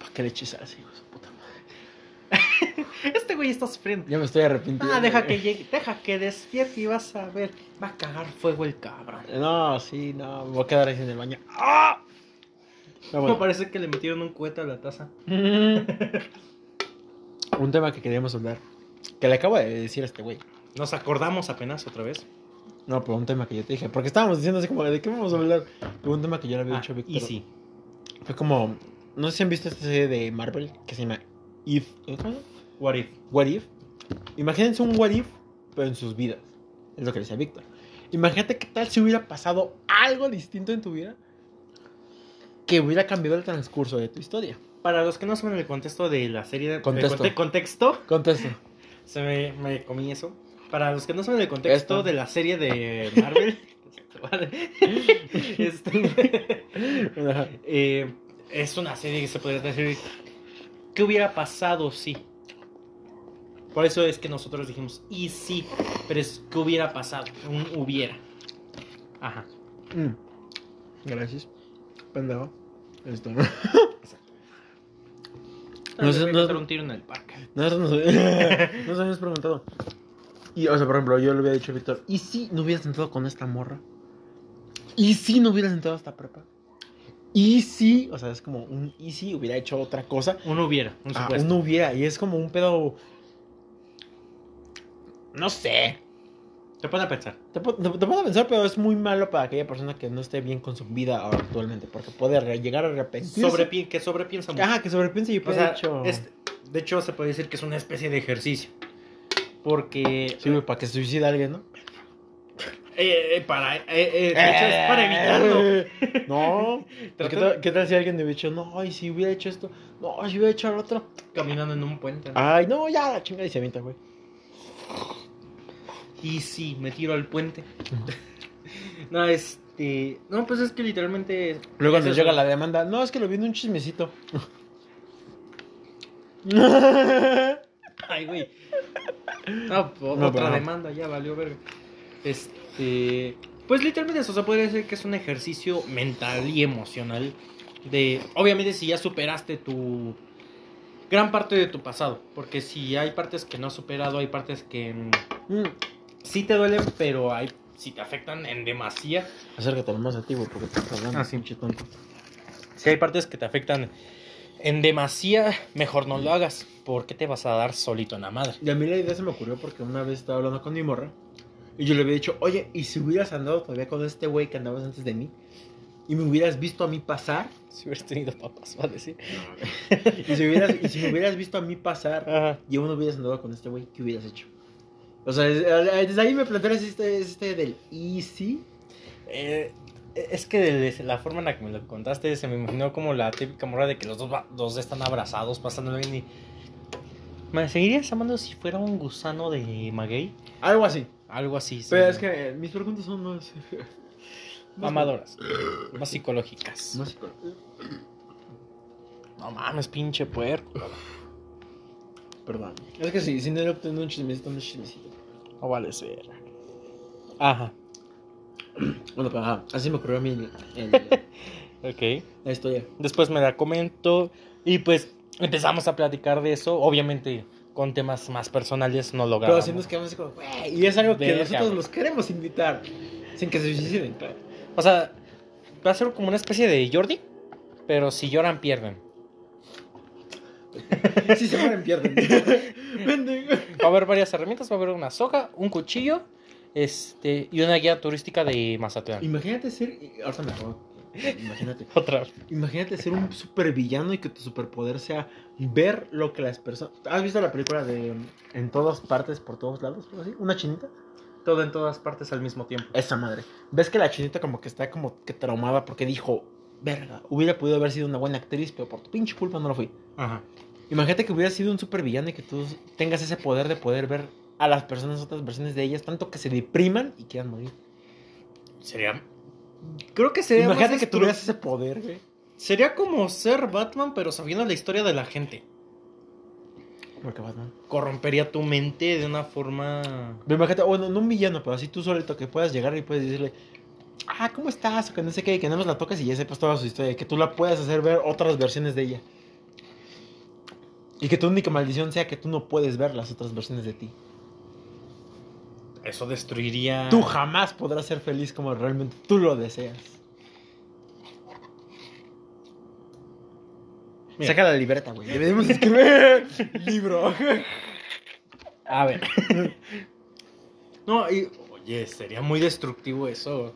¿Para qué le eches así, hijo de su puta madre?
Este güey está sufriendo.
Ya eh. me estoy arrepintiendo.
Ah, deja que llegue, deja que despierte y vas a ver. Va a cagar fuego el cabrón.
No, sí, no, me voy a quedar ahí en el baño. ¡Ah! No,
Me
bueno.
parece que le metieron un cohete a la taza.
Un tema que queríamos hablar. Que le acabo de decir a este güey.
Nos acordamos apenas otra vez.
No, pero un tema que yo te dije. Porque estábamos diciendo así como, ¿de qué vamos a hablar? Pero un tema que yo le había
Ah,
dicho a Víctor.
y sí.
Fue como, no sé si han visto esta serie de Marvel que se llama If. ¿cómo se llama?
What if?
What If. Imagínense un What If, pero en sus vidas. Es lo que decía Víctor. Imagínate qué tal si hubiera pasado algo distinto en tu vida que hubiera cambiado el transcurso de tu historia.
Para los que no saben el contexto de la serie de
Contexto.
el conte- contexto,
Contesto.
se me, me comí eso. Para los que no saben el contexto
Esto.
de la serie de Marvel, este,
Ajá.
eh, es una serie que se podría decir ¿Qué hubiera pasado si? Por eso es que nosotros dijimos y sí, pero es ¿qué hubiera pasado? Un hubiera. Ajá.
Mm. Gracias. Pendejo. Esto. No sé,
Nos,
no-
un tiro en el parque.
Nosotros nos, nos habíamos preguntado. Y, o sea, por ejemplo, yo le hubiera dicho a Víctor, ¿y si no hubieras sentado con esta morra? ¿Y si no hubieras sentado hasta prepa? ¿Y si? O sea, es como un ¿y si hubiera hecho otra cosa?
Un hubiera, un
Ah,
supuesto.
un no hubiera, y es como un pedo... No sé.
Te pone a pensar.
Te, pu- te- te puedo pensar, pero es muy malo para aquella persona que no esté bien con su vida ahora actualmente, porque puede re- llegar a arrepentirse.
Sobrepi que sobrepiensa mucho.
Ajá, que sobrepiense y
O
puede
sea, este-
hecho...
es- de hecho se puede decir que es una especie de ejercicio. Porque
Sí, güey, para que se suicida alguien, ¿no?
eh, eh, para eh, eh, de hecho, es para evitarlo.
No. ¿Qué
Traté-
tal, qué tal si alguien me hubiera dicho, no, y si hubiera hecho esto, no, si hubiera hecho lo otro?
Caminando en un puente. ¿no?
Ay, no, ya, la chingada y se avienta, güey.
Y sí, me tiro al puente. no, este. No, pues es que literalmente.
Luego cuando
es
llega
eso.
la demanda, no, es que lo vi en un chismecito.
Ay, güey. No, po-
No,
otra
pero no.
demanda, ya valió verga. Este. Pues literalmente eso, se podría decir que es un ejercicio mental y emocional. De. Obviamente, si ya superaste tu. Gran parte de tu pasado. Porque si hay partes que no has superado, hay partes que. mm,
Mm.
Sí te duelen, pero hay. Si te afectan en demasía.
Acércate lo más a ti, güey, porque te estás hablando.
Ah, sí.
pinche tonto.
Si hay partes que te afectan en demasía, mejor no lo hagas. Porque te vas a dar solito en la madre.
Y a mí la idea se me ocurrió porque una vez estaba hablando con mi morra y yo le había dicho, oye, ¿y si hubieras andado todavía con este güey que andabas antes de mí? Y me hubieras visto a mí pasar.
Si hubieras tenido papas, va a decir.
Y si, hubieras, y si me hubieras visto a mí pasar.
Ajá.
y aún no hubieras andado con este güey, ¿qué hubieras hecho? O sea, es- eh, desde ahí me planteas este, este del easy.
Eh, es que de la forma en la que me lo contaste se me imaginó como la típica morra de que los dos, va- dos están abrazados, pasándolo bien y... ¿Me seguirías amando si fuera un gusano de maguey?
Algo así.
Algo así. sí.
Pero es que eh, mis preguntas son más. más-
Mamadoras. más psicológicas.
más psicológicas.
No mames, pinche puerco.
Perdón. Es que sí, si no le obtengo un chismecito, un chismecito.
No vale ser. Ajá.
Bueno, pero ajá, así me ocurrió a mí el- el-
Ok.
la historia.
Después me la comento. Y pues empezamos a platicar de eso. Obviamente con temas más personales no
Pero
logramos.
así nos quedamos así como, güey. Y es algo que
Verga,
nosotros
güey.
los queremos invitar. Sin que se suiciden.
O sea, va a ser como una especie de Jordi, pero si lloran pierden.
Si se mueren, pierden. Pendejo.
Va a haber varias herramientas, va a haber una soga, un cuchillo, este y una guía turística de Mazatlán.
Imagínate ser. Ahorita me acuerdo. Imagínate.
Otra. vez.
Imagínate ser un supervillano y que tu superpoder sea ver lo que las personas. ¿Has visto la película de mm, En todas partes, por todos lados? algo así? ¿Una chinita?
Todo en todas partes al mismo tiempo.
Esa madre. ¿Ves que la chinita como que está como que traumada porque dijo, verga, hubiera podido haber sido una buena actriz, pero por tu pinche culpa no lo fui?
Ajá.
Imagínate que hubieras sido un supervillano y que tú tengas ese poder de poder ver a las personas, otras versiones de ellas, tanto que se depriman y quieran morir.
Sería. Creo que sería.
Imagínate
más
que
estru-
tuvieras ese poder, güey.
Sería como ser Batman, pero sabiendo la historia de la gente.
Porque Batman.
Corrompería tu mente de una forma.
Pero imagínate, bueno, no un villano, pero así tú solito que puedas llegar y puedes decirle, ah, ¿cómo estás? O que no sé qué, y que nada más la toques y ya sepas toda su historia, y que tú la puedas hacer ver otras versiones de ella. Y que tu única maldición sea que tú no puedes ver las otras versiones de ti.
Eso destruiría.
Tú jamás podrás ser feliz como realmente tú lo deseas.
Mira.
Saca la libreta, güey. Debemos escribir libro. A ver.
No, y. Oye, sería muy destructivo eso.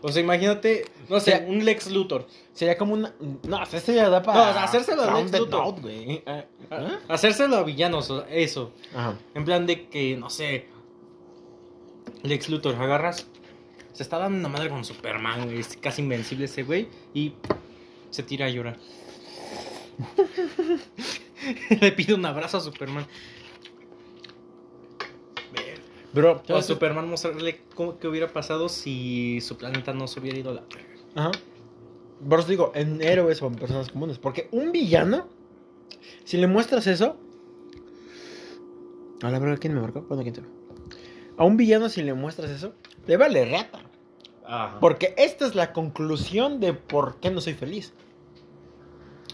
O sea, imagínate, no sé,
Mira.
un Lex Luthor.
Sería como una. No, o sea, este ya da para.
No, o sea, hacérselo a Lex
Round the
Luthor.
Dog, güey. Ah, ah.
Hacérselo a villanos, o- eso.
Ajá.
En plan de que, no sé. Lex Luthor, agarras. Se está dando una madre con Superman, güey. Es casi invencible ese güey. Y se tira a llorar. Le pide un abrazo a Superman. Ver-
Bro,
O a
¿sabes?
Superman mostrarle cómo, qué hubiera pasado si su planeta no se hubiera ido a la verga.
Ajá. Por eso digo, en héroes o en personas comunes. Porque un villano, si le muestras eso. A la verdad, ¿quién me marcó? Bueno, ¿quién te A un villano, si le muestras eso, le vale rata.
Por-
Porque esta es la conclusión de por qué no soy feliz.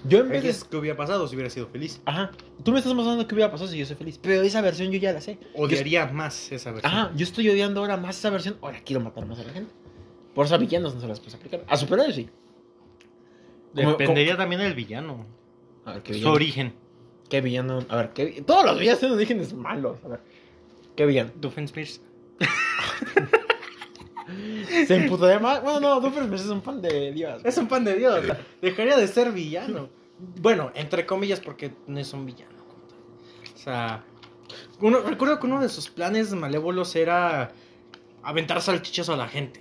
Yo en vez de.
¿Qué hubiera pasado si hubiera sido feliz?
Ajá. Tú me estás mostrando qué hubiera pasado si yo soy feliz. Pero esa versión yo ya la sé. Yo-
Odiaría más esa versión.
Ajá, yo estoy odiando ahora más esa versión. Ahora quiero matar más a la gente. Por eso a villanos no se las puedes aplicar. A superhéroes sí. Como-
Dependería también del villano.
como- A ver, ¿qué
Su
villano?
origen.
¿Qué villano? A ver, ¿qué vi- Todos los villanos tienen orígenes malos. A ver, ¿qué villano?
Duffen's Pierce.
¿Se emputaría más? Bueno, no, Duffer es un fan de Dios.
Es un pan de Dios. Dejaría de ser villano. Bueno, entre comillas, porque no es un villano. como tal. O sea, uno, recuerdo que uno de sus planes malévolos era aventar salchichas a la gente.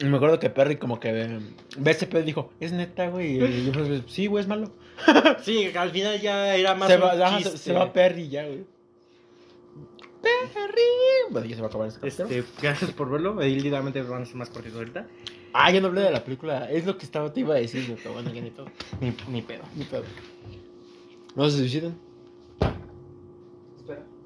Y me acuerdo que Perry como que eh, ve ese pedo y dijo, es neta, güey. Y yo pues, sí, güey, es malo.
Sí, al final ya era más
Se
un
va, ajá, se,
chiste.
se va Perry ya, güey. Perry. Bueno, ya se va a acabar este capítulo.
Este, gracias por verlo. Evididamente van a ser más cortitos ahorita.
Ah, yo no hablé de la película. Es lo que estaba, te iba a decir, güey, pero bueno, ya ni todo.
Ni, ni pedo.
Ni pedo. ¿No se suicidan?
Espera.